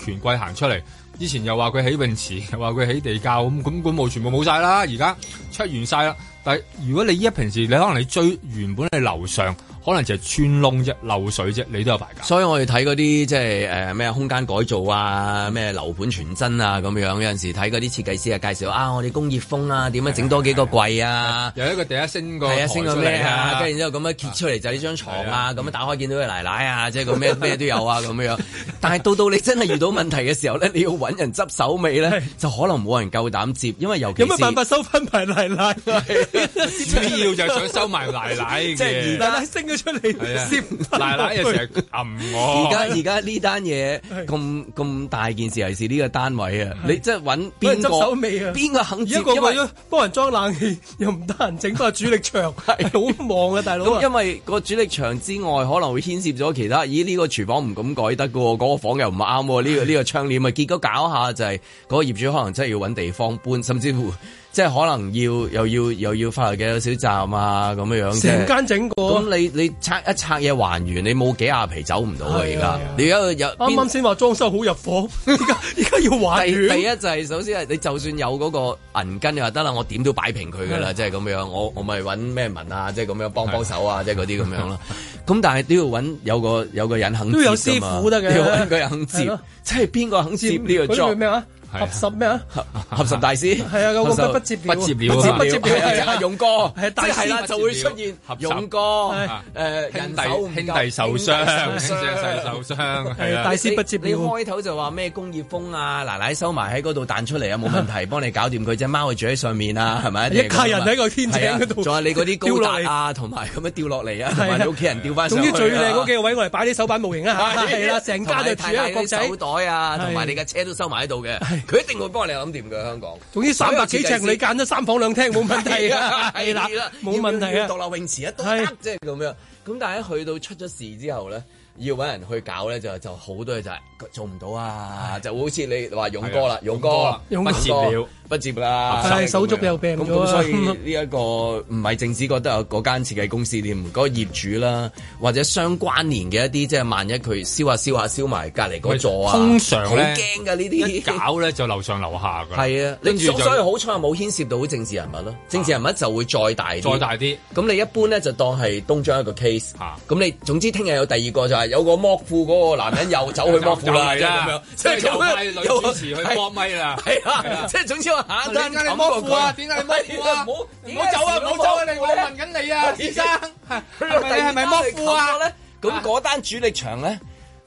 C: 權貴行出嚟。之前又話佢起泳池， 又話佢起地窖，咁咁管務全部冇晒啦，而家出完晒啦。但係如果你依家平時你可能你追原本係樓上，可能就係穿窿啫、漏水啫，你都有排搞。
F: 所以我哋睇嗰啲即係誒咩空間改造啊、咩樓盤全真啊咁樣，有陣時睇嗰啲設計師啊介紹啊，我哋工業風啊，點樣整多幾個櫃啊。
C: 有一個第一升個
F: 係啊，
C: 台
F: 升
C: 出
F: 個
C: 嚟
F: 咩啊，
C: 啊
F: 跟住然之後咁樣揭出嚟就係呢張床啊，咁樣打開見到佢奶奶啊，即係 個咩咩都有啊咁樣。但係到到你真係遇到問題嘅時候咧，你要揾人執手尾咧，就可能冇人夠膽接，因為尤其
D: 有
F: 是
D: 乜辦 法收翻埋奶 奶？
C: 主要就係想收埋奶奶嘅。
F: 即係而
D: 奶
F: 家
D: 奶升咗出嚟，
C: 係啊
D: 攝返
C: 奶奶又成日揞
D: 哦
C: 我。
F: 而家而家呢單嘢咁咁大件事，尤其是呢個單位啊，你即係揾邊
D: 執手
F: 個？
D: 尾啊？
F: 邊個肯接
D: 而家個
F: 因
D: 個
F: 為
D: 都幫人裝冷氣，又唔得閒整翻主力 牆，好忙啊，大佬
F: 咁
D: 啊！
F: 因為個主力牆之外，可能會牽涉咗其他。咦？呢、個廚房唔咁改得嘅喎，嗰、個房又唔啱喎。 呢、個呢、個窗簾啊，結果搞下就係、嗰個業主可能真係要揾地方搬，甚至乎 即係可能要又要又要法律嘅有小站啊咁樣樣。
D: 成間整過，
F: 咁你你拆一拆嘢還原，你冇幾廿皮走唔到啊！而
D: 係啊
F: 家你而家有
D: 啱
F: 邊
D: 啱先話裝修好入伙，而家而家要還
F: 第
D: 原。
F: 第一就係首先係你就算有嗰個銀根，你話得啦，我點都擺平佢噶啦，即係咁樣，我我咪揾咩文啊，即係咁樣幫幫手啊，即係嗰啲咁樣啦。咁但係都要揾有個有個人肯接
D: 都有
F: 㗎嘛
D: 師傅得嘅
F: 你要揾個人肯
D: 係
F: 接
D: 咯，
F: 即係邊個肯接呢個
D: 嗰啲叫
F: job？
D: 咩啊？
C: 係
D: 合十咩啊？
F: 合合十大師
D: 係啊，有個
F: 合十
D: 不不接
C: 不接料
F: 不
C: 啊
F: 接
C: 嘛
F: 料
D: 不接料
F: 係啊
D: 係啊
F: 勇哥，
D: 係大師
F: 即
C: 不接
F: 係啦
C: 料
F: 就會出現
C: 合集
F: 勇哥
D: 係
F: 誒人
C: 兄
F: 手唔夠
C: 弟兄弟受傷，兄弟
F: 兄弟
C: 受傷，係
D: 係
C: 啊
D: 大。師不接
F: 你你
D: 料。
F: 開頭就話咩工業風啊，奶奶收埋喺嗰度彈出嚟啊，冇 問題，幫你搞掂佢隻貓住喺上面啊，係咪？
D: 一家人喺個天井嗰度
F: 係啊仲有你嗰啲
D: 掉落
F: 高
D: 嚟
F: 達啊，同埋咁樣掉落嚟啊，
D: 係
F: 同
D: 啊
F: 埋你屋企人掉翻上
D: 總
F: 去啊。
D: 之最靚嗰幾個位，我嚟擺啲手板模型 啊！係啦，成家就
F: 同
D: 住
F: 埋
D: 一個
F: 太太
D: 國
F: 啲
D: 仔。
F: 手袋啊，
D: 係
F: 同埋你嘅車都收埋喺度嘅，佢一定會幫你諗掂嘅香港。
D: 總之三百幾尺，
F: 所有
D: 你
F: 設計師
D: 揀咗三房兩廳冇問題 啊！係
F: 係
D: 啦
F: 啦，，
D: 冇問題
F: 要
D: 啊！
F: 要獨立泳池啊，都
D: 係
F: 得，即係咁樣。咁但係一去到出咗事之後咧，要揾人去搞咧，就就好多嘢就係做唔到啊，就好似你話勇哥啦，勇哥，
D: 啊
F: 啊
D: 勇哥
F: 不
D: 不
F: 接
D: 接
C: 了，
F: 不接啦，
D: 係手足又病
F: 咁
D: 咗
F: 咁，
D: 啊
F: 所 以呢一個唔係淨止覺得有嗰間設計公司添，嗰個業主啦，或者相關連嘅一啲，即係萬一佢燒下燒下燒埋隔離嗰座啊，
C: 通常
F: 好
C: 咧
F: 驚㗎呢
C: 一
F: 啲。
C: 搞咧就樓上樓下㗎。
F: 係啊，
C: 跟
F: 你
C: 住
F: 所
C: 就
F: 所以好彩冇牽涉到政治人物咯，政治人物就會再大啲
C: 再大啲。
F: 咁你一般咧就當係東張一個 case，
C: 嚇
F: 咁你總之聽日有第二個就係有個剝褲嗰個男人又走去剝褲 啦，
C: 又
F: 即係咁樣，
C: 即係啊又派女
F: 有
C: 主持去剝咪啦。
F: 係啦，即係總之我下一單
C: 點解你
F: 冚
C: 剝褲
F: 過
C: 啊？
F: 佢
C: 點解你剝 褲啊？
F: 哎唔好
C: 唔好走啊！唔好走啊！你我問緊你啊，先生，係咪你係咪剝褲啊？
F: 咧？咁嗰單主力場咧？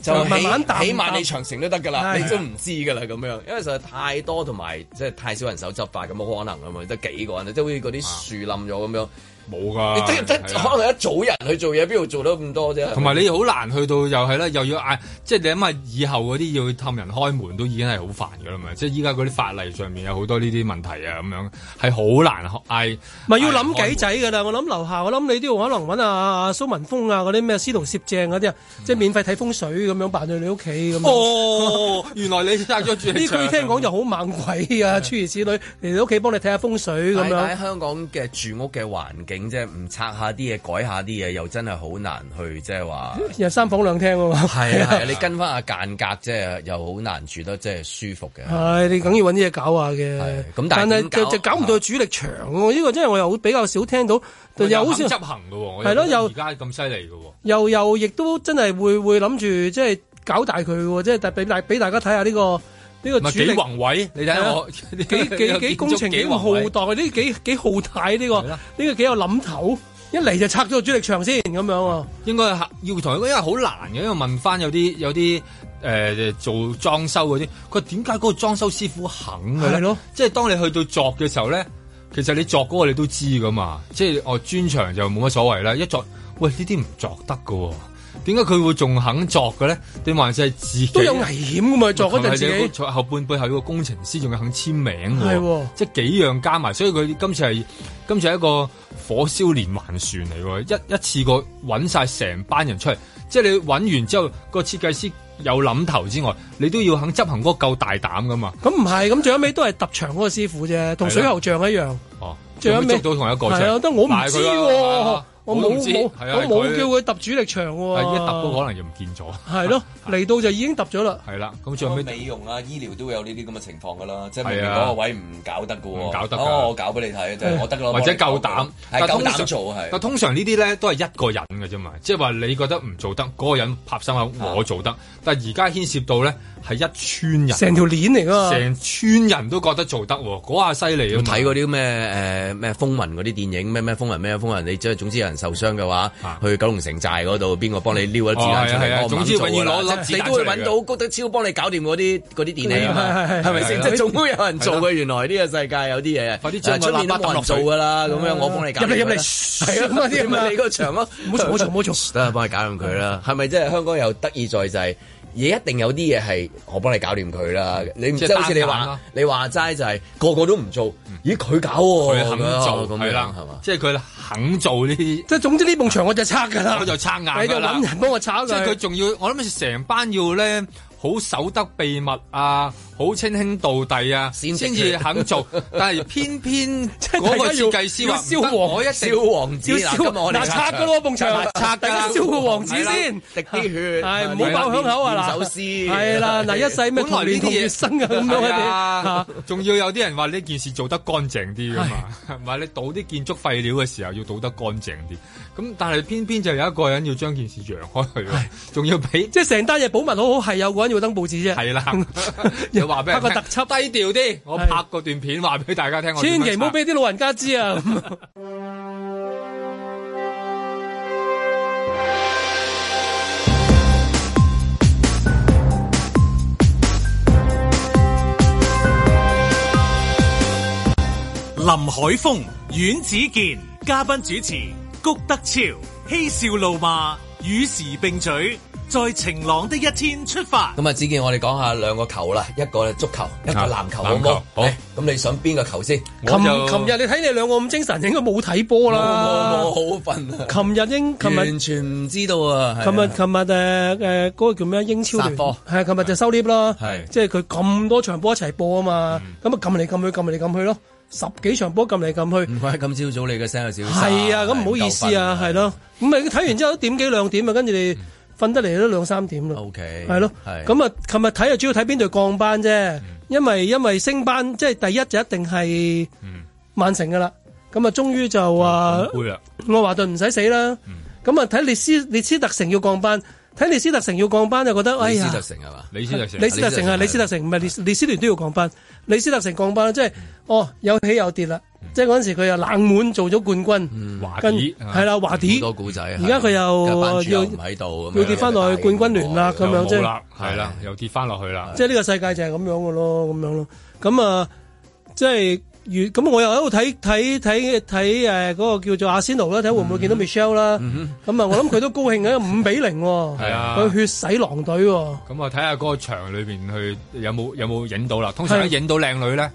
F: 就
D: 就
F: 起
D: 慢慢淡
F: 起碼你長城都得㗎啦，
D: 係
F: 你都唔知㗎啦咁樣，因為實在太啊多同埋即係太少人手執法咁冇可能啊嘛，得幾個人即係好似嗰啲樹冧咗咁樣，
C: 冇噶，
F: 你得得可能一組人去做嘢，邊度做得咁多啫？
C: 同埋你好難去到又係啦，又要嗌，即係你諗下以後嗰啲要氹人開門都已經係好煩噶啦嘛，即係依家嗰啲法例上面有好多呢啲問題啊，咁樣係好難嗌。
D: 咪要諗計仔㗎啦！我諗樓下，我諗你都要可能揾阿蘇文峰啊嗰啲咩司徒攝正嗰啲啊，
F: 嗯
D: 即係免費睇風水咁樣扮到你屋企咁樣。
C: 哦，原來你揸咗住
D: 呢
F: 啊
D: 句聽講就好猛鬼啊，諸如此類嚟到屋企幫你睇下風水咁
F: 但係喺
D: 樣。
F: 香港嘅住屋嘅環境，即係唔拆下啲嘢，改下啲嘢，又真係好難去，即係話。
D: 有三房兩廳喎嘛。
F: 係啊係啊，你跟翻阿間隔，即係又好難住得即係舒服嘅。
D: 係，你梗要揾啲嘢搞下嘅。
F: 咁
D: 係
F: 但係點搞
D: 就就搞唔到主力牆喎。呢個真係我又比較少聽到，又好少
C: 肯執行噶喎，我
D: 係咯
C: 覺得
D: 又
C: 而家咁犀利噶喎。
D: 又又亦都真係會會諗住即係搞大佢喎，即係俾大俾大家睇下呢個呢個
C: 唔係
D: 主力
C: 幾宏偉，你睇
D: 係
C: 下
D: 啊
C: 我
D: 幾幾幾工程幾咁浩蕩，呢幾幾浩大呢個呢個幾有諗頭，一嚟就拆咗個主力牆先咁樣喎。
C: 應該係要同佢，因為好難嘅，因為問翻有啲有啲誒、呃做裝修嗰啲，佢點解嗰個裝修師傅肯嘅咧？
D: 係咯，
C: 即係當你去到作嘅時候咧，其實你作嗰個你都知噶嘛，即係我專長就冇乜所謂啦。一作，喂呢啲唔作得噶喎。點解佢會仲肯作嘅咧？定還是係自己啊
D: 都有危險㗎嘛作嗰陣自己
C: 同埋有個後半背後有個工程師仲要肯簽名
D: 係
C: 喎，
D: 喎
C: 即係幾樣加埋，所以佢今次係今次係一個火燒連環船嚟喎，一一次過揾晒成班人出嚟，即係你揾完之後，個設計師有諗頭之外，你都要肯執行嗰個夠大膽噶嘛。
D: 咁唔係，咁最後尾都係揼牆嗰個師傅啫，同水喉匠一樣。
C: 哦，
D: 最後尾
C: 有冇捉到同一個啫
D: 係啊，得我唔
C: 但係
D: 知
C: 佢話係
D: 喎
C: 啊，
D: 我
C: 我
D: 冇
C: 唔知
D: 冇
C: 係
D: 我
C: 啊
D: 冇
C: 佢
D: 叫佢揼主力牆喎。
C: 係一揼到可能就唔見咗。
D: 係咯，嚟到就已經揼咗啦。
C: 係啦，咁最後尾
F: 美容啊、醫療都會有呢啲咁嘅情況噶啦，即係
C: 係啊
F: 明明嗰個位唔搞得噶喎，
C: 唔搞得㗎
F: 哦，我搞俾你睇，就係我得啦，
C: 哎或者夠膽，
F: 係夠
C: 通
F: 膽
C: 常
F: 做係。
C: 但通常呢啲咧都係一個人嘅啫嘛，即係話你覺得唔做得，嗰、個人拍心口
F: 啊
C: 我做得，但係而家牽涉到咧係一村人，
D: 成條鏈嚟㗎嘛
C: 成村人都覺得做得喎，嗰下犀利啊
F: 要
C: 嘛！
F: 睇嗰啲咩誒咩風雲嗰啲電影，咩咩風雲咩風雲，你即係總之有人受傷嘅話，去九龍城寨嗰度，邊個幫你撩一子彈
C: 啊哦係
F: 出
C: 啊係啊
F: 嚟？我唔肯
C: 總之
F: 做
C: 永
F: 㗎啦
C: 遠攞粒子彈
F: 你都
C: 出嚟
F: 會
C: 嘅
F: 揾到谷德超幫你搞掂嗰啲嗰啲電影啊嘛，
C: 係係係
F: 係咪
C: 係
F: 先？
C: 啊
F: 即係總會有人做
C: 係
F: 嘅。原來呢個世界有啲嘢，
C: 快啲
F: 誒
C: 將個
F: 出面都
C: 喇叭
F: 冇人
C: 揼
F: 做㗎啦，咁
D: 落去
F: 樣我幫你搞掂
D: 入嚟入嚟
F: 啦係啊，
D: 咁啊啲
F: 你
D: 咁啊
F: 咪你個場咯，
D: 唔好嘈唔好嘈唔好嘈。
F: 得啦，幫你搞掂佢啦。係咪即係香港又得意在就係、嘢一定有啲嘢係我幫你搞掂佢啦，你唔
C: 即係
F: 即係好似你
C: 單揀
F: 話
C: 咯
F: 你話齋就係、個個都唔做，咦佢搞喎，
C: 佢肯做
F: 哦咁樣
C: 係啦
F: 係嘛？，
C: 即係佢肯做呢啲。
D: 即係總之呢埲牆我就拆㗎啦，
C: 我就撐硬㗎啦
D: 你就揾人幫我拆
C: 即係佢
D: 佢。
C: 仲要，我諗成班要咧好守得秘密啊，好稱兄道弟啊，先
D: 值
C: 至肯 做。但係偏偏嗰個設計師
D: 要
C: 話
D: 燒
C: 唔得
D: 黃
C: 我一定
F: 燒黃紙
D: 要
F: 嗱，
D: 燒
F: 今日我哋
D: 嗱拆㗎咯埲牆
F: 拆
D: 大家
F: 㗎，
D: 燒個黃紙先
F: 滴啲血，
D: 係唔好爆響口啊嗱
F: 首詩
D: 係 啦嗱一世咩
C: 本來呢
D: 同年
C: 啲
D: 同
C: 嘢
D: 月生啊咁樣嗰啲
C: 係啊仲要有啲人話呢件事做得乾淨啲噶嘛，唔係你倒啲建築廢料嘅時候要倒得乾淨啲。咁但係偏偏就有一個人要將件事揚開去喎，仲要俾
D: 即係成單嘢保密好好，係有個人要登報紙啫。
C: 係啦， 又話俾人
D: 拍個
C: 聽
D: 特輯
C: 低調啲，我拍個段片話俾大家聽。我點
D: 千
C: 樣
D: 祈唔好俾啲老人家 知啊！
A: 林海峰、阮子健，嘉賓主持谷德超，嬉笑怒罵，與時並舉，在晴朗的一天出發。
F: 咁啊，只見我哋講下兩個球啦，一個足球，一個啊籃球，好唔好？好。咁你想邊個球先？
D: 琴琴日你睇你兩個咁精神，應該冇睇波
F: 冇
D: 啦。
F: 冇冇好瞓啊！
D: 琴日英，琴日
F: 完全唔知道啊！係啊
D: 琴日琴日誒誒嗰個叫咩英超聯
F: 殺科
D: 係琴日就收 lift 啦，
F: 係
D: 即係佢咁多場波一齊播啊嘛，咁啊撳嚟撳去撳嚟撳去咯，十幾場波撳嚟撳去，
F: 唔怪得今朝早你嘅聲有少少沙
D: 係啊，咁唔好意思啊，係咯，咁咪睇完之後都點幾兩點啊，跟住你瞓得嚟都兩三點啦
F: 嗯，OK，
D: 係咯，
F: 係嗯
D: 咁啊，琴日睇就主要睇邊隊降班啫，因為因為升班即係第一就一定係
F: 嗯
D: 曼城噶啦，咁啊，終於就話
C: 杯啦。
D: 愛華頓唔使死啦。
F: 嗯
D: 咁啊，睇列斯列斯特城要降班，睇列斯特城要降班就覺得哎
F: 李
D: 呀
F: 斯，特城係嘛？
C: 李斯特城，
D: 李斯特城啊，李斯特城唔係列列斯聯都要降班，李斯特城降班即係哦有起有跌啦。即係嗰陣時佢又冷門做咗冠軍，
F: 華
D: 跟
F: 迪
D: 係啦嗯華
F: 好
D: 迪，啊
F: 多古仔。
D: 而家佢又
F: 要
D: 哦要
F: 唔喺度咁樣，
D: 要跌翻落去冠軍聯啊啦，咁樣即
C: 冇
D: 係
C: 啦，係啦，又跌翻落去啦。
D: 即係呢個世界就係咁樣嘅咯，咁樣咯。咁啊，即係如咁我又喺度睇睇睇睇誒嗰個叫做阿仙奴啦，睇會唔會見到 Michelle 啦。咁啊，我諗佢都高興嘅，五比零喎，
C: 係啊
D: 佢血洗狼隊喎。
C: 咁啊，睇下嗰個場裏邊去有冇有冇影到啦。通常一影到靚女咧，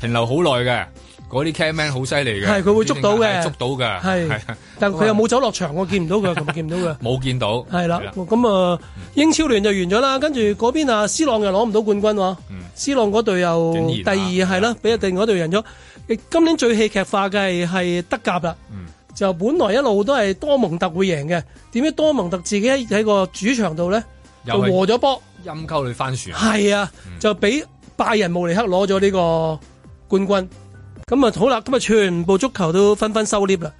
C: 停留好耐嘅，嗰啲 cameraman 好犀利嘅，
D: 係佢會捉到嘅
C: 係捉到嘅，
D: 係
C: 係
D: 但佢又冇走落場，我見唔到 佢，琴日見唔到佢。
C: 冇見到，
D: 係啦，咁啊，英超聯就完咗啦，跟住嗰邊啊，斯朗又攞唔到冠軍喎。
C: 嗯
D: 斯朗嗰隊又
C: 竟
D: 第二係啦，俾另外嗰隊贏咗。亦今年最戲劇化嘅係係德甲啦，
C: 嗯
D: 就本來一路都係多蒙特會贏嘅，點解多蒙特自己喺喺個主場度咧就
C: 又係
D: 和咗波，
C: 陰溝裏翻船，
D: 係啊，就俾拜仁慕尼克攞咗呢個冠軍。咁啊好啦，咁啊全部足球都紛紛收 lift 啦。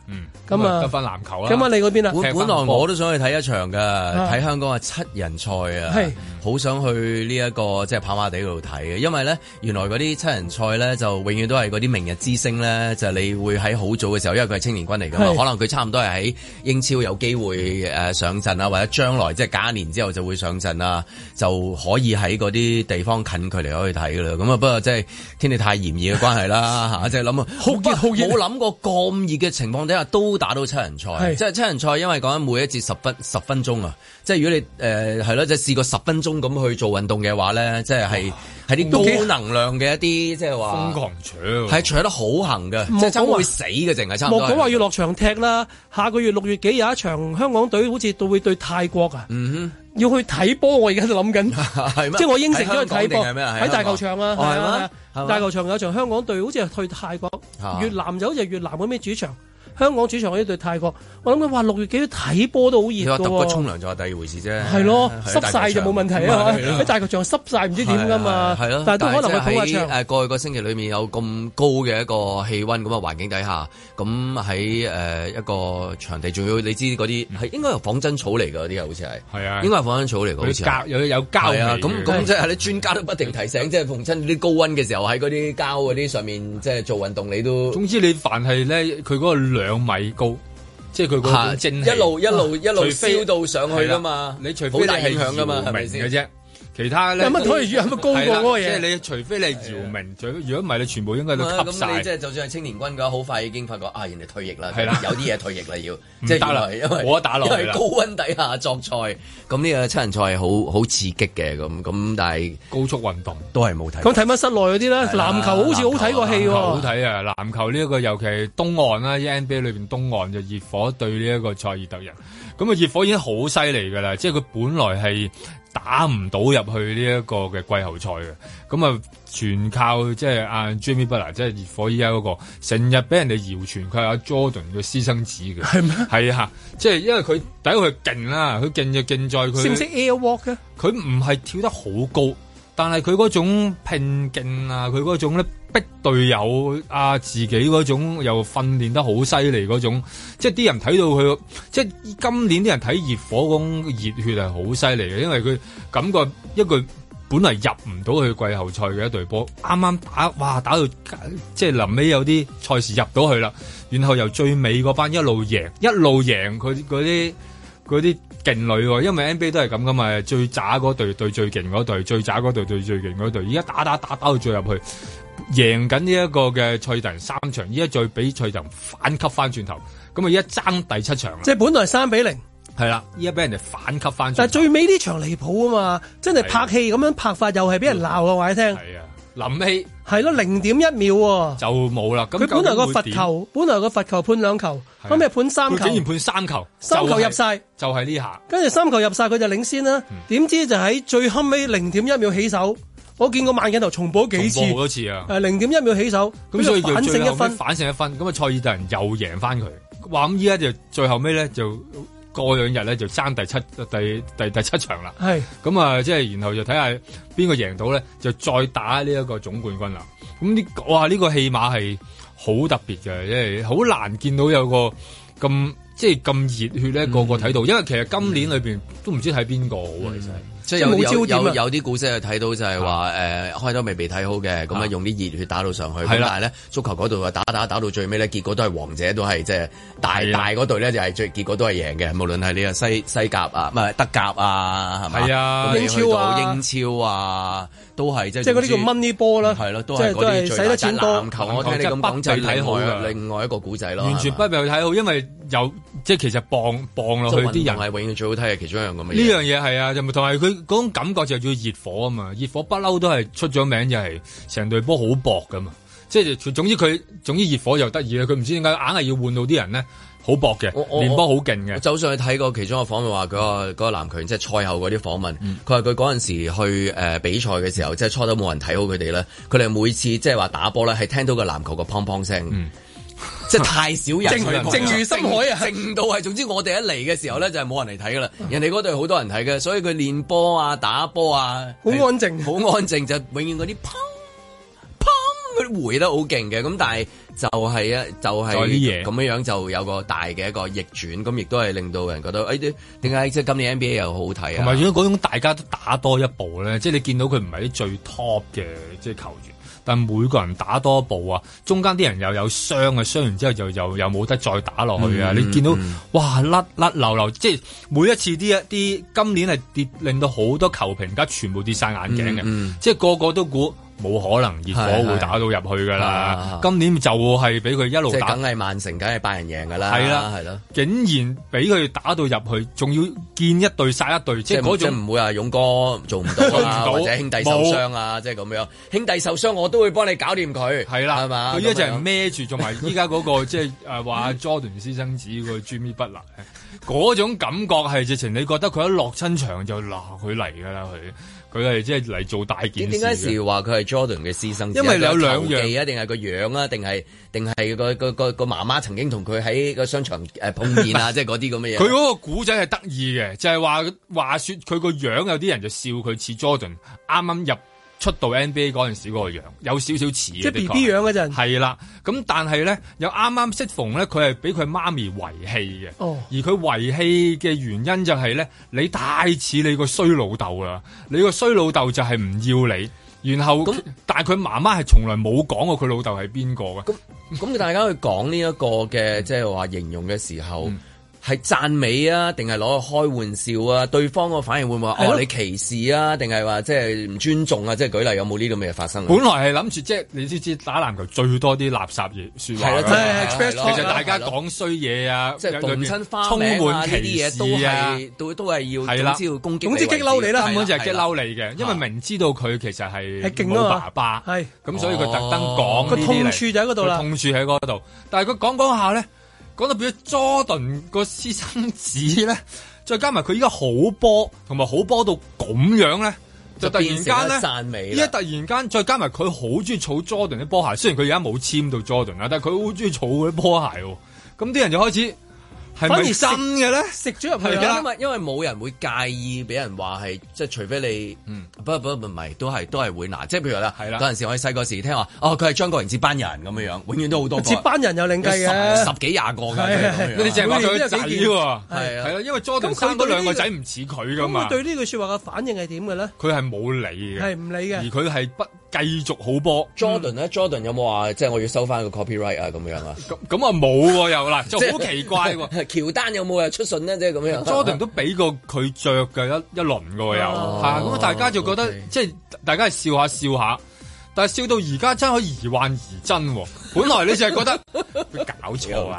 D: 咁啊
F: 得
D: 返
C: 籃球
F: 啦
D: 咁啊你嗰邊啊？
F: 本本來我都想去睇一場㗎，睇香港嘅七人賽
D: 係
F: 啊，好想去呢、一個即係跑馬地嗰度睇嘅，因為咧原來嗰啲七人賽咧就永遠都係嗰啲明日之星咧，就你會喺好早嘅時候，因為佢係青年軍嚟㗎嘛，
B: 係
F: 可能佢差唔多係喺英超有機會誒上陣啊，或者將來即係假年之後就會上陣啊，就可以喺嗰啲地方近距離可以睇㗎啦。咁啊，不過即係天氣太炎熱嘅關 係啦嚇，即係諗啊，好熱好熱，冇諗過咁熱嘅情況底下都打到七人賽。
B: 係
F: 即係七人賽，因為講緊每一節十分十分鐘啊！即係如果你誒係咯，即係試過十分鐘咁去做運動嘅話咧，即係係係啲
B: 都幾
F: 高能量嘅一啲即係話
C: 瘋狂搶，
F: 係搶得好行嘅，
D: 唔好
F: 即係差唔
D: 講
F: 多
D: 話
F: 會死嘅，淨係差唔
D: 莫
F: 多
D: 講話
F: 係。
D: 要落場踢啦，下個月六月幾有一場香港隊好似都會對泰國啊，
F: 嗯
D: 要去睇波，我而家就諗緊，
F: 係咩
D: 即係我應承咗
F: 喺香
D: 去
F: 港
D: 睇波，
F: 定係咩
D: 喺
F: 喺
D: 大
F: 香港
D: 球場啊，
F: 哦係
D: 係
F: 咩
D: 啊，
F: 係
D: 係
F: 嘛
D: 啊大球場有場香港隊，好似係去泰國
F: 啊，
D: 越南就好似係越南嗰咩主場，香港主場嗰啲對泰國，我諗佢話六月幾睇波都好熱
F: 你話
D: 㗎
F: 揼個沖
D: 喎，
F: 涼就係第二回事啫。
D: 係咯，
F: 喺
D: 濕
F: 大球場
D: 晒就冇問題啊，
F: 係咯
D: 喺大球場濕晒唔知點㗎嘛，
F: 係咯，
D: 但係都可能
F: 係
D: 會捧下
F: 即係
D: 場。
F: 喺誒過去個星期裏面有咁高嘅一個氣温咁嘅環境底下，咁喺誒一個場地，仲要你知嗰啲係應該係仿真草嚟㗎，嗰啲好似係，
C: 嗯係啊
F: 應該係仿真草嚟㗎，好似係
C: 有有有膠
F: 係啊，
C: 味
F: 咁
C: 嘅
F: 咁即係啲專家都不停提醒，即係逢親啲高温嘅時候喺嗰啲膠嗰啲上面，即係做運動你都。
C: 總之你凡係咧，佢嗰個兩米高，即係佢嗰
F: 嚇
C: 個蒸
F: 一
C: 氣
F: 路一路一路
C: 除非
F: 燒到上去㗎
C: 係
F: 嘛
C: 啦你除非你
F: 好大
C: 係
F: 影響㗎嘛係咪先
C: 姚明嘅啫？其他咧
F: 有乜可以有乜高過嗰個嘢
C: 係啦即係你除非你係姚明，除如果唔係你全部應該都
F: 咁
C: 吸晒。
F: 你即係就算係青年軍嘅話，好快已經發覺啊，人哋退役啦，
C: 係啦
F: 有啲嘢退役啦，要
C: 唔
F: 即
C: 得
F: 係原
C: 啦
F: 來因為
C: 冇得打落去啦
F: 因為高温底下作賽，咁呢個七人賽係好好刺激嘅咁咁，但係
C: 高速運動
F: 都係冇睇。
D: 咁睇翻室內嗰啲咧，
F: 係啦
D: 籃球好似好睇過戲
C: 籃球好
D: 喎。
C: 睇啊！籃球呢一個尤其係東岸啦，NBA 裏邊東岸就熱火對呢一個塞爾特人，咁啊熱火已經好犀利㗎啦，即係佢本來係打唔到入去呢一個嘅季後賽嘅，咁啊全靠即係阿 Jimmy Butler，即係熱火依家嗰個，成日俾人哋謠傳佢係阿 Jordan 嘅私生子嘅，係咩？係啊，即係因為佢第一佢勁啦，佢勁就勁在佢
D: 識唔識 air walk 啊嘅？
C: 佢唔係跳得好高，但係佢嗰種拼勁啊，佢嗰種咧逼隊友啊，自己嗰種又訓練得好犀利嗰種，即係啲人睇到佢，即係今年啲人睇熱火嗰種熱血係好犀利嘅，因為佢感覺一個本嚟入唔到去季後賽嘅一隊波，啱啱打哇打到即係臨尾有啲賽事入到去啦，然後由最尾嗰班一路贏一路贏佢嗰啲。嗰啲勁女喎，因為 NBA 都係咁噶嘛，最渣嗰隊對最勁嗰隊，最渣嗰隊對最勁嗰隊，而家打打打打到最入去，贏緊呢一個嘅賽特人三場，依家再俾賽特人反吸翻轉頭，咁啊依家爭第七場啦，
D: 即係本來三比零，
C: 係啦，依家俾人哋反吸翻
D: 但
C: 轉
D: 係最尾呢場離譜啊嘛！真係拍戲咁樣拍法，又係俾人鬧啊！話你聽，
C: 係啊，臨尾
D: 係咯，零點一秒喎。
C: 就冇啦。咁
D: 佢本來個
C: 究竟會
D: 罰
C: 點
D: 球，本來個罰球判兩球，
C: 係啊
D: 後尾判三
C: 佢竟然
D: 球，
C: 判三球，
D: 三球
C: 就係
D: 入晒，
C: 就係呢下。
D: 跟住三球入晒佢就領先啦。
C: 嗯
D: 點知就喺最後尾零點一秒起手，我見過慢鏡頭重播幾次，
C: 重播好多次啊
D: 誒零點一秒起手，
C: 咁所以佢
D: 反勝
C: 最後
D: 一
C: 尾
D: 分，
C: 反勝一分，咁啊塞爾特人又贏翻佢。話咁依家就最後尾咧就過兩日咧就爭第七第第第七場啦。
D: 係
C: 咁啊，即係然後就睇下邊個贏到咧，就再打呢一個總冠軍啦。咁呢哇呢、個戲碼係好特別嘅，即係好難見到有個咁即係咁熱血咧，個個睇到，因為其實今年裏邊都唔知睇邊個好啊，其實。
F: 所以有
D: 即係
F: 有
D: 冇焦點啊
F: 有有啲故事係睇到就係話誒開頭未被睇好嘅，咁啊用啲熱血打到上去，咁
C: 係啦
F: 但係咧足球嗰度啊打打打到最尾咧，結果都係王者都係即係大
C: 係啊
F: 大嗰隊咧就係最結果都係贏嘅，無論係呢個西西甲啊，唔係德甲啊，係咪？
C: 係啊
F: 咁你去到
D: 英超啊
F: 英超啊，都係即係
D: 即係嗰啲叫
F: 總之
D: money ball 啦，
F: 係咯，都
D: 即
F: 係
D: 係
F: 嗰
D: 都
F: 啲
D: 係
F: 最
D: 使得
F: 大
D: 錢多。
F: 籃球，我聽你咁
C: 啊
F: 講就係另外另外一個古仔咯，
C: 完全不被睇好，因為有即係其實磅磅落
F: 即係
C: 去
F: 運
C: 啲人
F: 動。係永遠最好睇嘅其中一樣咁嘅
C: 呢樣嘢係啊，就咪同埋佢嗰種感覺就叫熱火啊嘛，熱火不嬲都係出咗名，就係成隊波好薄噶嘛，即係總之佢總之熱火又得意啊啦，佢唔知點解硬係要換到啲人咧好薄嘅，
F: 我
C: 練波好勁嘅
F: 我。走上去睇過其中一個訪問，話嗰個嗰個籃球員即係賽後嗰啲訪問，
D: 嗯
F: 佢話佢嗰陣時去誒比賽嘅時候，即係初頭冇人睇好佢哋咧，佢哋每次即係話打波咧，係聽到個籃球個砰砰聲。即係太少人，
D: 嗯 正如正如深海啊嗯
F: 正到係。總之我哋一嚟嘅時候咧，就係冇人嚟睇噶啦。人哋嗰隊好多人睇嘅，所以佢練波啊、打波啊，好安
D: 靜，
F: 好安靜，就永遠嗰啲砰砰嗰啲回得好勁嘅。咁但係就係、啊，就係、
C: 就係啲嘢
F: 咁樣樣就有個大嘅一個逆轉，咁亦都係令到人覺得誒啲點解即係今年 NBA 又好睇
C: 同
F: 啊
C: 埋？如果嗰種大家都打多一步咧，即係你見到佢唔係啲最 top 嘅即係球員，但每個人打多一步啊，中間啲人又有傷啊，傷完之後就又又冇得再打落去啊！
F: 嗯
C: 你見到、
F: 嗯
C: 哇甩甩流流，即係每一次啲一啲今年係跌，令到好多球評家全部跌晒眼鏡嘅，
F: 嗯嗯
C: 即係個個都估。冇可能熱
F: 係
C: 火會
F: 係
C: 打到入去㗎啦
F: 啊！
C: 今年就係俾佢一路
F: 即係
C: 打
F: 梗係曼城，梗係拜仁贏㗎啦，
C: 係啦，
F: 係啦。
C: 竟然俾佢打到入去，仲要見一隊殺一隊，即
F: 即係
C: 係嗰
F: 嗰
C: 種
F: 種唔會話勇哥做唔到 啊，
C: 做唔到
F: 或者兄弟受傷啊，即係咁樣。兄弟受傷我都會幫你搞掂佢，係啦，係嘛？
C: 佢依家就
F: 咁
C: 係
F: 樣
C: 孭住，同埋依家嗰 個即係誒話 Jordan 私生子個 Jimmy Butler 嗰種感覺係直情，你覺得佢一落親場就嗱佢嚟㗎啦，佢佢係即係嚟做大件
F: 點
C: 事
F: 點
C: 嘅。
F: 解時話佢係 Jordan 嘅私生子？
C: 因為你有兩樣
F: 係佢嘅球技啊，定係個樣啊，定係定係個個個個媽媽曾經同佢喺個商場誒碰 面啊，即係嗰啲咁嘅嘢。
C: 佢嗰個古仔係得意嘅，就係話話説佢個樣有啲人就笑佢似 Jordan 啱啱入出道 NBA 嗰陣時嗰個樣，有少少似嘅
D: 即係
C: 的確
D: BB 樣嗰陣
C: 係啦，咁但係咧又啱啱適逢咧，佢係俾佢媽咪遺棄嘅。
D: 哦
C: 而佢遺棄嘅原因就係咧，你太似你個衰老豆啦，你個衰老豆就係唔要你。然後，但係佢媽媽係從來冇講過佢老豆係邊個嘅。
F: 咁大家去講呢一個
C: 嗯
F: 嘅即係話形容嘅時候。係讚美啊，定係攞去開玩笑啊？對方個反應會唔會話
C: 係咯
F: 哦你歧視啊？定係話即係唔尊重啊？即係舉例有冇呢啲咁嘅嘢發生啊？
C: 本來係諗住即係你知知打籃球最多啲垃圾嘢説話㗎
F: 係啦
C: 嘛，
F: 真係係啦
C: 其實大家講衰嘢啊，
F: 啊即係
C: 有
F: 逢親花
C: 充
F: 名啊
C: 滿
F: 呢
C: 歧
F: 啲嘢都
C: 視啊。
F: 係都都係要
C: 係啦
F: 總之要攻擊，
C: 總之激嬲你啦根本就係激嬲
F: 你。
C: 你嘅，因為明知道佢其實係
D: 係勁啊
C: 冇
D: 嘛
C: 爸爸，
D: 係
C: 咁所以佢特登講
D: 個
C: 呢啲嚟
D: 痛處就喺嗰度啦
C: 佢痛處喺嗰度。但係佢講講下咧，講到變咗 Jordan 個私生子咧， 再加埋佢依家好波，同埋好波到咁樣咧。就
F: 就
C: 突然間咧，
F: 變成咗讚美啦
C: 依家突然間再加埋佢好中意儲 Jordan 啲波鞋，雖然佢而家冇簽到 Jordan 啊啦，但係佢好中意儲嗰啲波鞋喎。咁啲人就開始係
F: 反而
C: 咪
F: 食
C: 真嘅咧？
D: 食咗
F: 係
C: 啦
F: 啊，因為因為冇人會介意俾人話係，即係除非你，
C: 嗯
F: 不不不唔係，都係都係會嗱，即係譬如啦，嗰陣時我哋細個時聽話，哦佢係張國榮接班人咁樣樣，永遠都好多個
D: 接班人有另計嘅
F: 有十十幾廿個㗎，
D: 係啊
F: 咁樣樣
C: 你淨係話佢個仔喎，
F: 係啊
C: 係啦，因為 Jordan
D: 咁佢
C: 生嗰
D: 對呢
C: 兩個
D: 個
C: 仔唔似佢
D: 咁
C: 噶嘛
D: 佢，對呢句說話嘅反應係點嘅咧？
C: 佢係冇理嘅，
D: 係唔理嘅
C: 而佢係不繼續好波。
F: Jordan 咧，Jordan 有冇話即係我要收翻個 copyright 啊咁樣啊？
C: 咁咁啊冇喎又啦，就好
F: 即係
C: 奇怪喎。
F: 喬丹有冇啊出信咧？即係咁樣。
C: Jordan 都俾過佢着嘅一一輪噶又，
D: 哦
C: 係啊咁大家就覺得即係大家係笑下笑下，但係笑到而家真係疑幻疑真喎。本來你就係覺 得搞錯啊，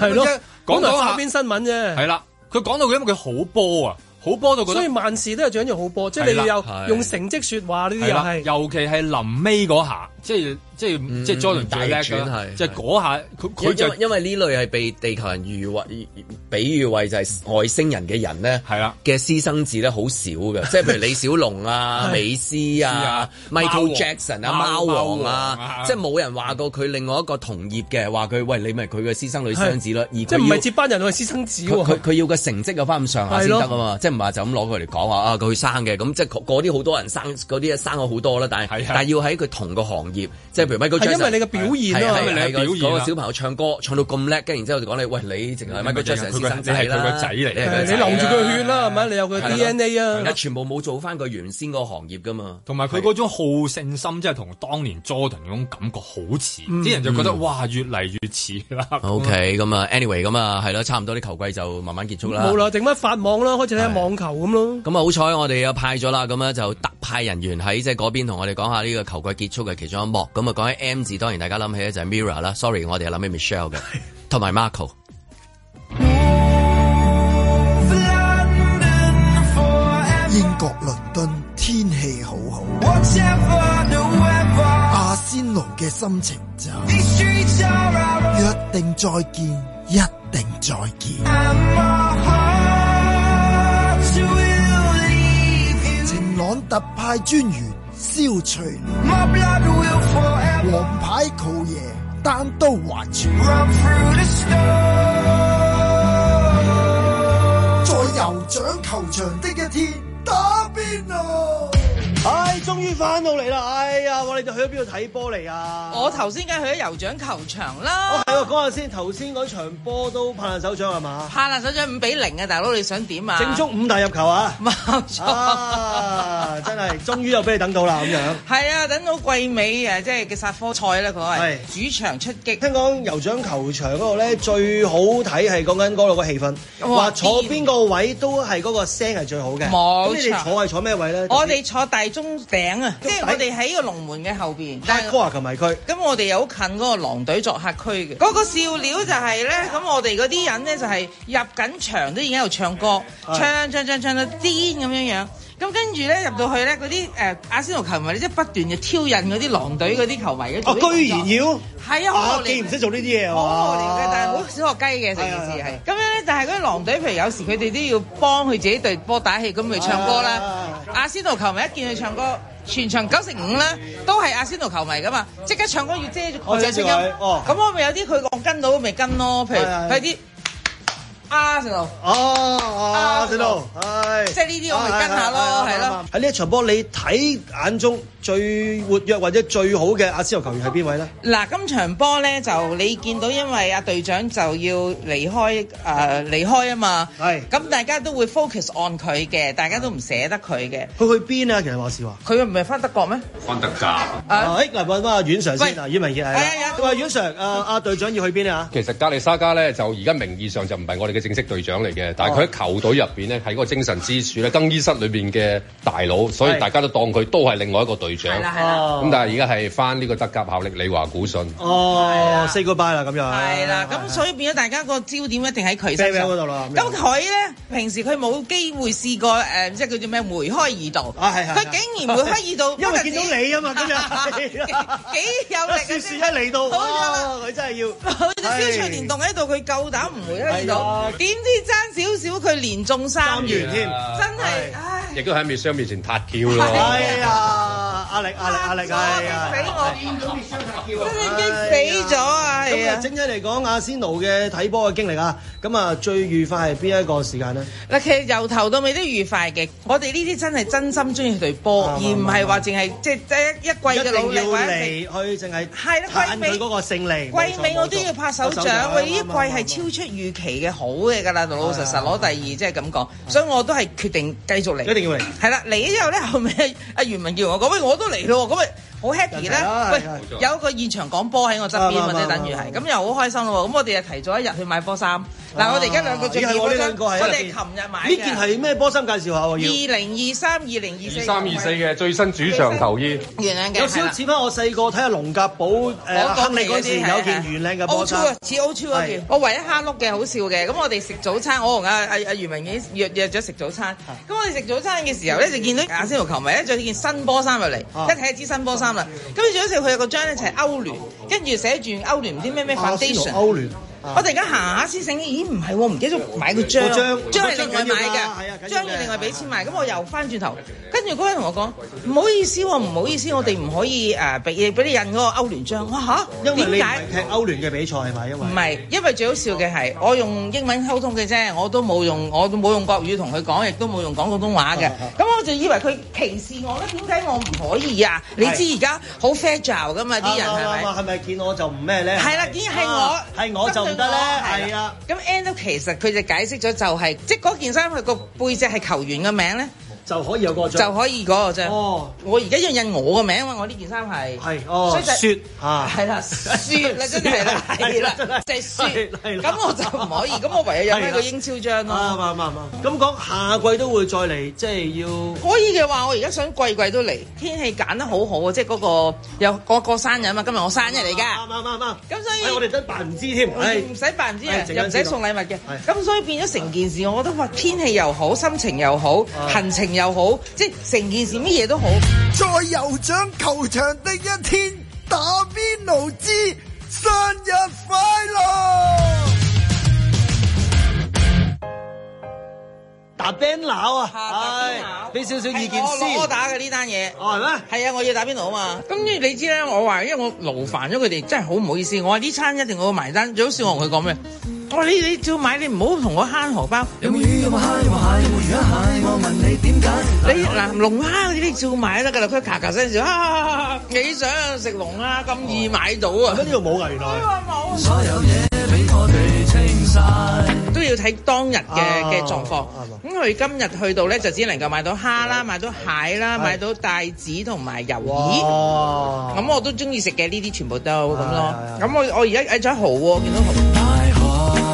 D: 係咯，
C: 講
D: 講
C: 講
D: 下
C: 下
D: 邊新聞啫。
C: 係啦，佢講到佢因為佢好波啊，好波到覺
D: 所
C: 得
D: 以。萬事都係長咗好波，即係你
C: 係啦
D: 又
C: 係
D: 用成績說話呢啲
C: 係
D: 又
C: 啦，
D: 係。
C: 尤其係臨尾嗰下，即係即係即係 Jordan 最叻㗎
F: 嗯大轉
C: 啦
F: 係，
C: 即係嗰下佢
F: 因
C: 佢
F: 因
C: 就
F: 為因為呢類係被地球人譽為，比喻為就係外星人嘅人咧，係
C: 啦
F: 嘅私生子咧好少嘅，即係譬如李小龍啊、美斯啊、
C: 係啊
F: Michael
C: 貓王
F: Jackson
C: 貓
F: 啊、貓王
C: 貓王
F: 啊
C: 啊，
F: 即係冇人話過佢另外一個同業嘅話佢喂你咪佢嘅私生女私生子啦，而
D: 即係
F: 佢
D: 唔
F: 要
D: 係接班人，我係私生子
F: 佢
D: 喎。
F: 佢佢要個成績有翻咁上下先得啊嘛，即係係唔係就咁攞佢嚟講話啊佢生嘅，咁即係嗰嗰啲好多人生嗰啲生咗好多啦，但係但係要喺佢同個行業，即係譬如 Michael
D: 係
F: Jackson，
D: 因為你嘅表現啊
F: 係係
D: 因為你嘅
F: 係
D: 表現啊
F: 嗰個小朋友唱歌唱到咁叻，跟住然之後就講你，喂你淨係 Michael Jackson 先生仔啦，
D: 你係佢個仔嚟
F: 係佢個仔
D: 你留住佢血
F: 啦。
D: 啦，係啊咪？你有佢
F: 係啦
D: DNA
F: 而
D: 啊
F: 家。全部冇做翻佢原先嗰個行業噶嘛，
C: 同埋佢嗰種好勝心，即係同當年 Jordan 嗰種感覺好似，
F: 嗯
C: 啲人就覺得
F: 嗯
C: 哇，啊越嚟越似啦。
F: OK，咁啊，anyway，咁啊，係咯，差唔多啲球季就慢慢結束啦。
D: 冇啦，整乜法網啦，開始睇下網球咁咯。
F: 咁啊，好彩我哋啊派咗啦，咁啊就特派人員喺即係嗰邊同我哋講下呢個球季結束嘅其中一幕。咁啊，講起 M 字，當然大家諗起咧就係 Mirror 啦。Sorry，我哋係諗起 Michelle 嘅，同埋 Marco。
M: 英國倫敦天氣好好，阿仙奴嘅心情就約定再見，一定再見。晴朗特派專員消除王牌靠爺單刀還傳，在酋長球場的一天打邊爐。
Q: 唉，終於翻到嚟啦！哎呀，我哋就去咗邊度睇波嚟啊？
R: 我頭先梗係去咗酋長球場
Q: 哦
R: 啦，
Q: 係喎，講下先，頭先嗰場波都拍爛手掌係嘛？
R: 怕爛手掌五比零啊！大佬你想點啊？
Q: 正宗五大入球啊！
R: 冇錯
Q: 啊，真係終於又俾你等到啦咁樣。
R: 係啊，等到季尾啊，即係嘅殺科賽啦，佢係
Q: 主場出擊，聽講酋長球場嗰度咧最好睇係講緊嗰度個氣氛，
R: 哇
Q: 話坐邊個位都係嗰個聲係最好嘅。
R: 冇
Q: 咁你哋
R: 錯
Q: 坐係坐咩位咧？
R: 我哋坐大鐘頂啊，即係我哋喺個龍門嘅後邊。但係
Q: 科華球迷區。
R: 咁我哋又好近嗰個狼隊作客區嘅。嗰、個笑料就係、
Q: 啊
R: 咧，咁我哋嗰啲人咧就係、入緊場都已經喺度唱歌，
Q: 係
R: 唱唱唱唱到癲咁樣樣。咁跟住咧入到去咧，嗰啲誒阿仙奴球迷咧，即係不斷就挑釁嗰啲狼隊嗰啲球迷嘅。
Q: 哦，居然要
R: 係啊，好無
Q: 既唔。
R: 聊
Q: 識做呢啲嘢啊！
R: 好無聊嘅，但係好小學雞嘅成件事係。咁樣咧，但係嗰啲狼隊，譬如有時佢哋都要幫佢自己隊波打氣，咁咪唱歌
Q: 啊
R: 啦。阿仙奴球迷一見佢唱歌，全場九成五啦，都係阿仙奴球迷噶嘛，即刻唱歌要遮住
Q: 哦
R: 我隻聲
Q: 遮住佢
R: 音。
Q: 哦
R: 咁我咪有啲佢我跟到咪跟咯，譬如
Q: 係係
R: 佢啲阿仙奴，
Q: 哦，啊阿仙奴，
R: 即係呢啲我咪跟下咯，係咯。
Q: 喺呢一場波，你睇眼中最活躍或者最好嘅阿仙奴球員係邊位咧？
R: 嗱，今場波咧就你見到，因為阿隊長就要離開誒、呃、離開啊嘛，係咁大家都會 focus on 佢嘅，大家都唔捨得佢嘅。
Q: 佢去邊啊？其實話是話，
R: 佢唔係翻德國咩？
Q: 翻特價。
R: 啊
Q: 啊，誒嗱，問翻阿阮 Sir 先啊，阮文傑係
R: 係啊
Q: 啦。喂，阮 Sir，阿阿隊長要去邊啊？
S: 其實加利沙加咧就而家名義上就唔係我哋嘅正式隊長嚟嘅，但係佢喺球隊入邊咧係嗰個精神支柱咧，更衣室裏邊嘅大佬，所以
Q: 係
S: 大家都當佢都係另外一個隊長。
Q: 係啦係啦
S: 咁但係而家係翻呢個德甲效力李華古信。
R: 啊
Q: 哦，say goodbye 啦，咁樣。
R: 係啦，咁所以變咗大家個焦點一定喺佢身
Q: farewell
R: 上
Q: 嗰度啦咁樣
R: 咁佢咧平時佢冇機會試過誒、呃即係叫做咩梅開二度。
Q: 啊係係
R: 佢竟然梅開二 度，
Q: 因為見到你啊嘛今日
R: 幾 幾有 力啊！
Q: 雪樹一嚟到，
R: 好咗啦
Q: 哇！佢真係要，
R: 佢哋消除連動喺度，佢夠膽唔梅開
S: 係啊
R: 二度，點知爭少少佢連中三元
S: 添
R: 真係唉。
S: 亦都喺 m i c h e 面前撻橋咯。
Q: 係啊，壓力壓力壓力係啊！
R: 死
Q: 我，
R: 真係激死咗啊係
Q: 咁
R: 啊
Q: 啊，整體嚟講，阿仙奴嘅睇波嘅經歷啊，咁啊最愉快係邊一個時間咧？
R: 嗱，其實由頭到尾都愉快嘅。我哋呢啲真係真心中意隊波，而唔係話淨係即係即係一季嘅努力或者
Q: 一定要嚟去淨係
R: 係啦
Q: 嘆
R: 季尾
Q: 佢嗰個勝利。
R: 季尾我都要拍手掌，喂！呢一季
Q: 啱啱
R: 係超出預期嘅好嘅㗎啦，老老實實攞第二，即係咁講，所以我都係決定繼續嚟，
Q: 啊一定要嚟
R: 係啦，嚟咗之後咧，後尾阿袁文叫我講，喂，我都嚟咯，咁咪好 happy
Q: 人齊啦
R: 啦，喂
Q: 係，係
R: 有一個現場講波喺我側邊
Q: 啱
R: 或
Q: 啱
R: 者等於係，咁又好開心咯，咁我哋又提早一日去買波衫，嗱，我哋而家兩個最
Q: 啊咦係我呢兩個喺入
R: 我
Q: 邊
R: 哋係琴日買
Q: 呢件係咩波衫介紹下我要？
R: 二零二三、二零二四、
S: 二三二四嘅最新主場球衣。
R: 原樣嘅，
Q: 有少少似翻我細個睇下龍甲堡誒
R: 嗰
Q: 亨利嗰陣時有件圓領嘅波衫
R: O2 啊，似 O2 嗰
Q: 係
R: 件，我唯一蝦碌嘅好笑嘅。咁我哋食早餐，我同阿阿阿袁明已經約約咗食早餐。咁我哋食早餐嘅時候咧，就見到阿仙奴球迷咧着件新波衫入嚟，一睇就知新波衫啦。咁佢仲有時佢有個章咧就係歐聯，跟住寫住歐聯唔知咩咩
Q: 阿仙奴
R: foundation。
Q: 歐聯。
R: 我突然間行下先醒，咦唔係喎，唔記得咗買個章，
Q: 個章
R: 章係另外
Q: 個章緊
R: 買
Q: 要㗎係啊緊要
R: 嘅，
Q: 嘅
R: 章要另外俾錢買。咁我又翻轉頭，跟住嗰個人同我講：唔好意思喎，唔好意思，我哋唔可以誒俾俾你印嗰個歐聯章。哇嚇，
Q: 因為你
R: 點
Q: 唔
R: 解
Q: 係？踢歐聯嘅比賽係咪？因為
R: 唔係，因為最好笑嘅係，我用英文溝通嘅啫，我都冇用，我都冇用國語同佢講，亦都冇用講廣東話
Q: 啊
R: 嘅。咁我就以為佢歧視我咧，點解我唔可以啊？你知而家好 fragile 噶嘛，啲人係咪
Q: 啱啱？啱係咪見我就唔咩咧？
R: 係啦，竟然係我
Q: 啊，係我就唔得咧，係啊。。
R: 針對我咁 end up 其實佢就解釋咗就係、即係嗰件衫佢個背脊係球員嘅名咧，
Q: 就可以有個章
R: 就可以嗰個章。哦，我而家要印我個名啊嘛，我呢件衫係係
Q: 哦，
R: 雪
Q: 雪啊，
R: 係啦，雪 啦，真係啦，係啦，就係雪。咁我就唔可以，咁我唯有有翻個英超章咯。
Q: 啱啱啱啱。咁講下季都會再嚟，即係要
R: 可以嘅話，我而家想季季都嚟，天氣揀得好好啊！即係嗰、個有個個生日啊嘛，今日我生日嚟㗎。
Q: 啱啱啱啱。
R: 咁所以
Q: 哎我哋真係扮唔知添，唉
R: 唔使扮唔知
Q: 唉
R: 啊，
Q: 陣間
R: 又唔使
Q: 知道
R: 送禮物嘅。咁所以變咗成件事，我覺得哇，天氣又好，心情又好，行程又好，即係成件事乜嘢都好。
M: 在酋長球場的一天，打邊爐之生日快樂！
Q: 打 band 佬啊，
R: 係
Q: 俾少少意見
R: 我攞
Q: 先。
R: 我打嘅呢單嘢。
Q: 哦，係咩？
R: 係啊，我要打邊爐啊嘛。咁你你知咧，我話因為我勞煩咗佢哋，真係好唔好意思。我話呢餐一定我要埋單。最好笑我同佢講咩？我話你你照買，你唔好同我慳荷包。有冇魚？有冇蝦？有冇蟹？有冇魚蟹？我問你點解？你哎嗱龍蝦嗰啲你照買得㗎啦。佢咔咔聲笑，啊你想食龍蝦咁易買到啊？
Q: 呢度冇㗎，原來。
R: 冇。
M: 所有嘢俾我哋清晒。
R: 都要睇當日嘅嘅狀況。咁佢今日去到咧，就只能夠買到蝦啦，買到蟹啦，買到帶子同埋魷魚。咁我都中意食嘅呢啲全部都咁咯。咁我我而家嗌咗蠔喎，見到蠔。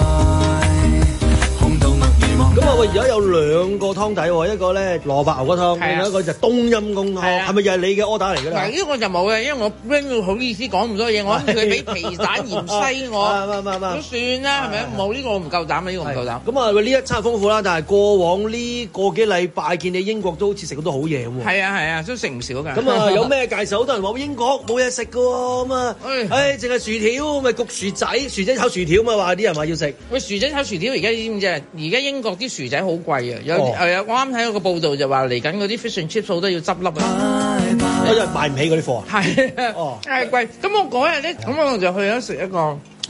Q: 咁啊，喂，而家有兩個湯底喎，一個咧蘿蔔牛骨湯，
R: 係啊
Q: 另一個就冬陰功湯，係咪又係你嘅 order 嚟㗎
R: 嗱，
Q: 咧？
R: 呢個就冇嘅，因為我 friend 好意思講咁多嘢，我諗佢俾皮蛋芫茜我，咁算啦，係咪？冇呢個我唔夠膽啊，呢個唔夠膽。
Q: 咁啊，喂呢一餐豐富啦，但係過往呢個幾禮拜見你英國都好似食好多好嘢喎。
R: 係啊係啊，都食唔少 㗎。
Q: 咁啊，有咩介紹？好多人話英國冇嘢食㗎喎，咁啊，
R: 哎
Q: 唉，淨係薯條，咪焗薯仔，薯仔炒薯條嘛，話啲人話要食。
R: 喂，薯仔炒薯條而家知唔知啊？而家英國啲薯仔好貴啊！有
Q: 哦
R: 係啊，我啱睇有個報道就話嚟緊嗰啲 fish and chips 好多要執笠啊！
Q: 我真係買唔起嗰啲貨啊！
R: 係啊，太貴。咁我嗰日咧，咁我就去咗食一個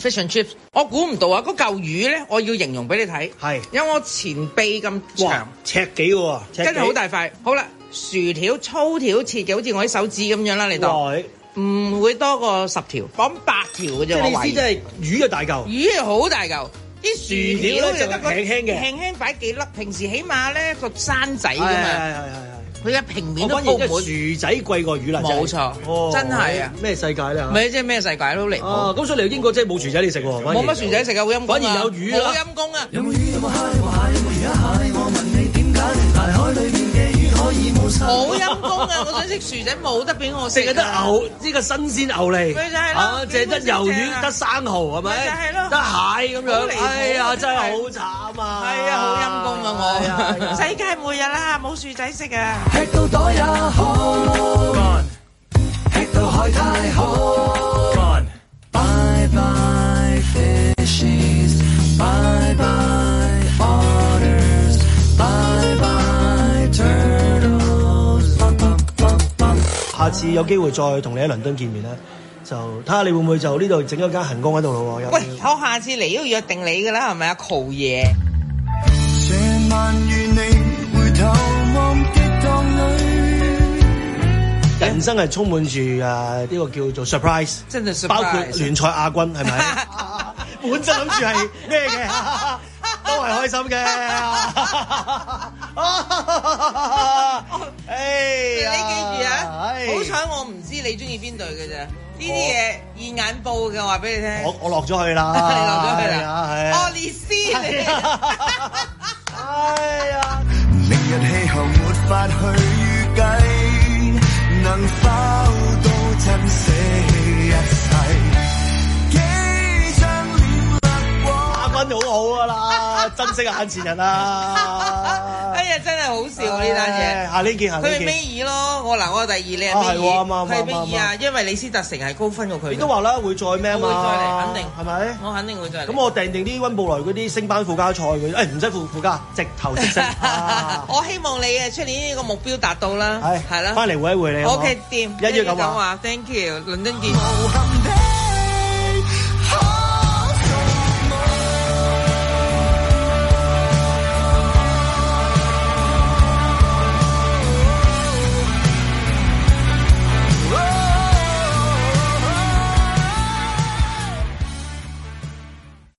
R: fish and chips。我估唔到啊！嗰嚿魚咧，我要形容俾你睇，係有我前臂咁長，
Q: 尺幾喎，尺幾
R: 跟住好大塊。好啦，薯條粗條切嘅，好似我啲手指咁樣啦，你
Q: 哇
R: 當唔會多過十條，講八條嘅
Q: 即
R: 啫。
Q: 係
R: 我
Q: 你
R: 懷
Q: 意
R: 疑
Q: 思即係魚又大嚿，
R: 魚係好大嚿，啲薯條
Q: 薯條咧就
R: 得個
Q: 輕輕嘅
R: 輕輕擺幾粒。平時起碼咧個山仔
Q: 係啊
R: 㗎
Q: 係
R: 嘛，
Q: 係係。
R: 佢嘅平面
Q: 我
R: 都
Q: 反而即
R: 鋪
Q: 係
R: 滿。
Q: 薯仔貴過魚啦，真係
R: 冇錯
Q: 哦
R: 真係啊
Q: 咩世界咧？
R: 咪即係咩世界都離
Q: 哦，
R: 譜。
Q: 咁所以嚟到英國真係冇薯仔你食喎，反而
R: 冇乜薯仔食啊，好陰功啊
Q: 反而有魚啦
R: 好陰功啊！好陰功啊！我想食薯仔冇得俾我食啊，
Q: 淨係得牛，呢個新鮮牛嚟，
R: 咪就係咯
Q: 啊，淨係得魷
R: 邊
Q: 魚、得
R: 個食啊
Q: 生蠔係咪？
R: 咪就係咯
Q: 得蟹咁
R: 好離
Q: 樣，
R: 譜啊
Q: 哎呀，真係
R: 真
Q: 好
R: 係
Q: 慘啊！
R: 係啊，好陰功啊
Q: 係啊
R: 我！世界末日啦，冇薯仔食啊！
M: 吃到袋啊也好，吃到海太好。Bye bye fishies, bye bye otters, bye bye turtles.
Q: 下次有機會再同你喺倫敦見面啦，就睇下你會唔會就呢度整咗間行宮喺度咯喎。有
R: 喂，我下次嚟都約定你㗎啦，係咪啊，豪爺？
M: 成萬餘里回頭望激蕩裏，
Q: 人生係充滿住誒呢個叫做 surprise，
R: 真係 surprise 啊
Q: 包括聯賽亞軍係咪？ 本身諗住係咩嘅，都係開心嘅。哎
R: 你記
Q: 呀
R: 住啊，
Q: 哎
R: 好彩我唔知你中意邊隊嘅啫。呢啲嘢現眼報嘅，我話俾你聽。
Q: 我我落咗去啦，
R: 你落咗去
Q: 係
R: 啦哦
Q: 啊，係
R: 愛
Q: 啊。
R: 麗絲你
Q: 哎
R: 啊
Q: 呀！
M: 明日氣候沒法去預計，能否都珍惜一世？幾張臉勒過。
Q: 打分好好噶啦，珍惜眼前人啊！
R: 哎呀，啊，真係好笑呢單嘢。
Q: 唉哎下年見下
R: 佢
Q: 年
R: 係
Q: 見
R: 尾二咯，我嗱我第二，你係
Q: 啊係
R: 尾
Q: 喎
R: 二，
Q: 啱啱
R: 佢係尾
Q: 啱
R: 二啊，因為李斯特城係高分過佢。
Q: 你都話啦，會再咩嘛？
R: 我會再嚟，肯定
Q: 係咪？
R: 我肯定會再嚟。啊
Q: 咁我訂定啲温布萊嗰啲升班附加賽佢，誒唔使附附加，直頭直升。啊
R: 我希望你誒出年呢個目標達到啦，係啦，
Q: 返嚟會一會你好唔好
R: O K，掂，
Q: 一於咁話
R: 啊話，Thank you，倫敦見。
M: 無憾的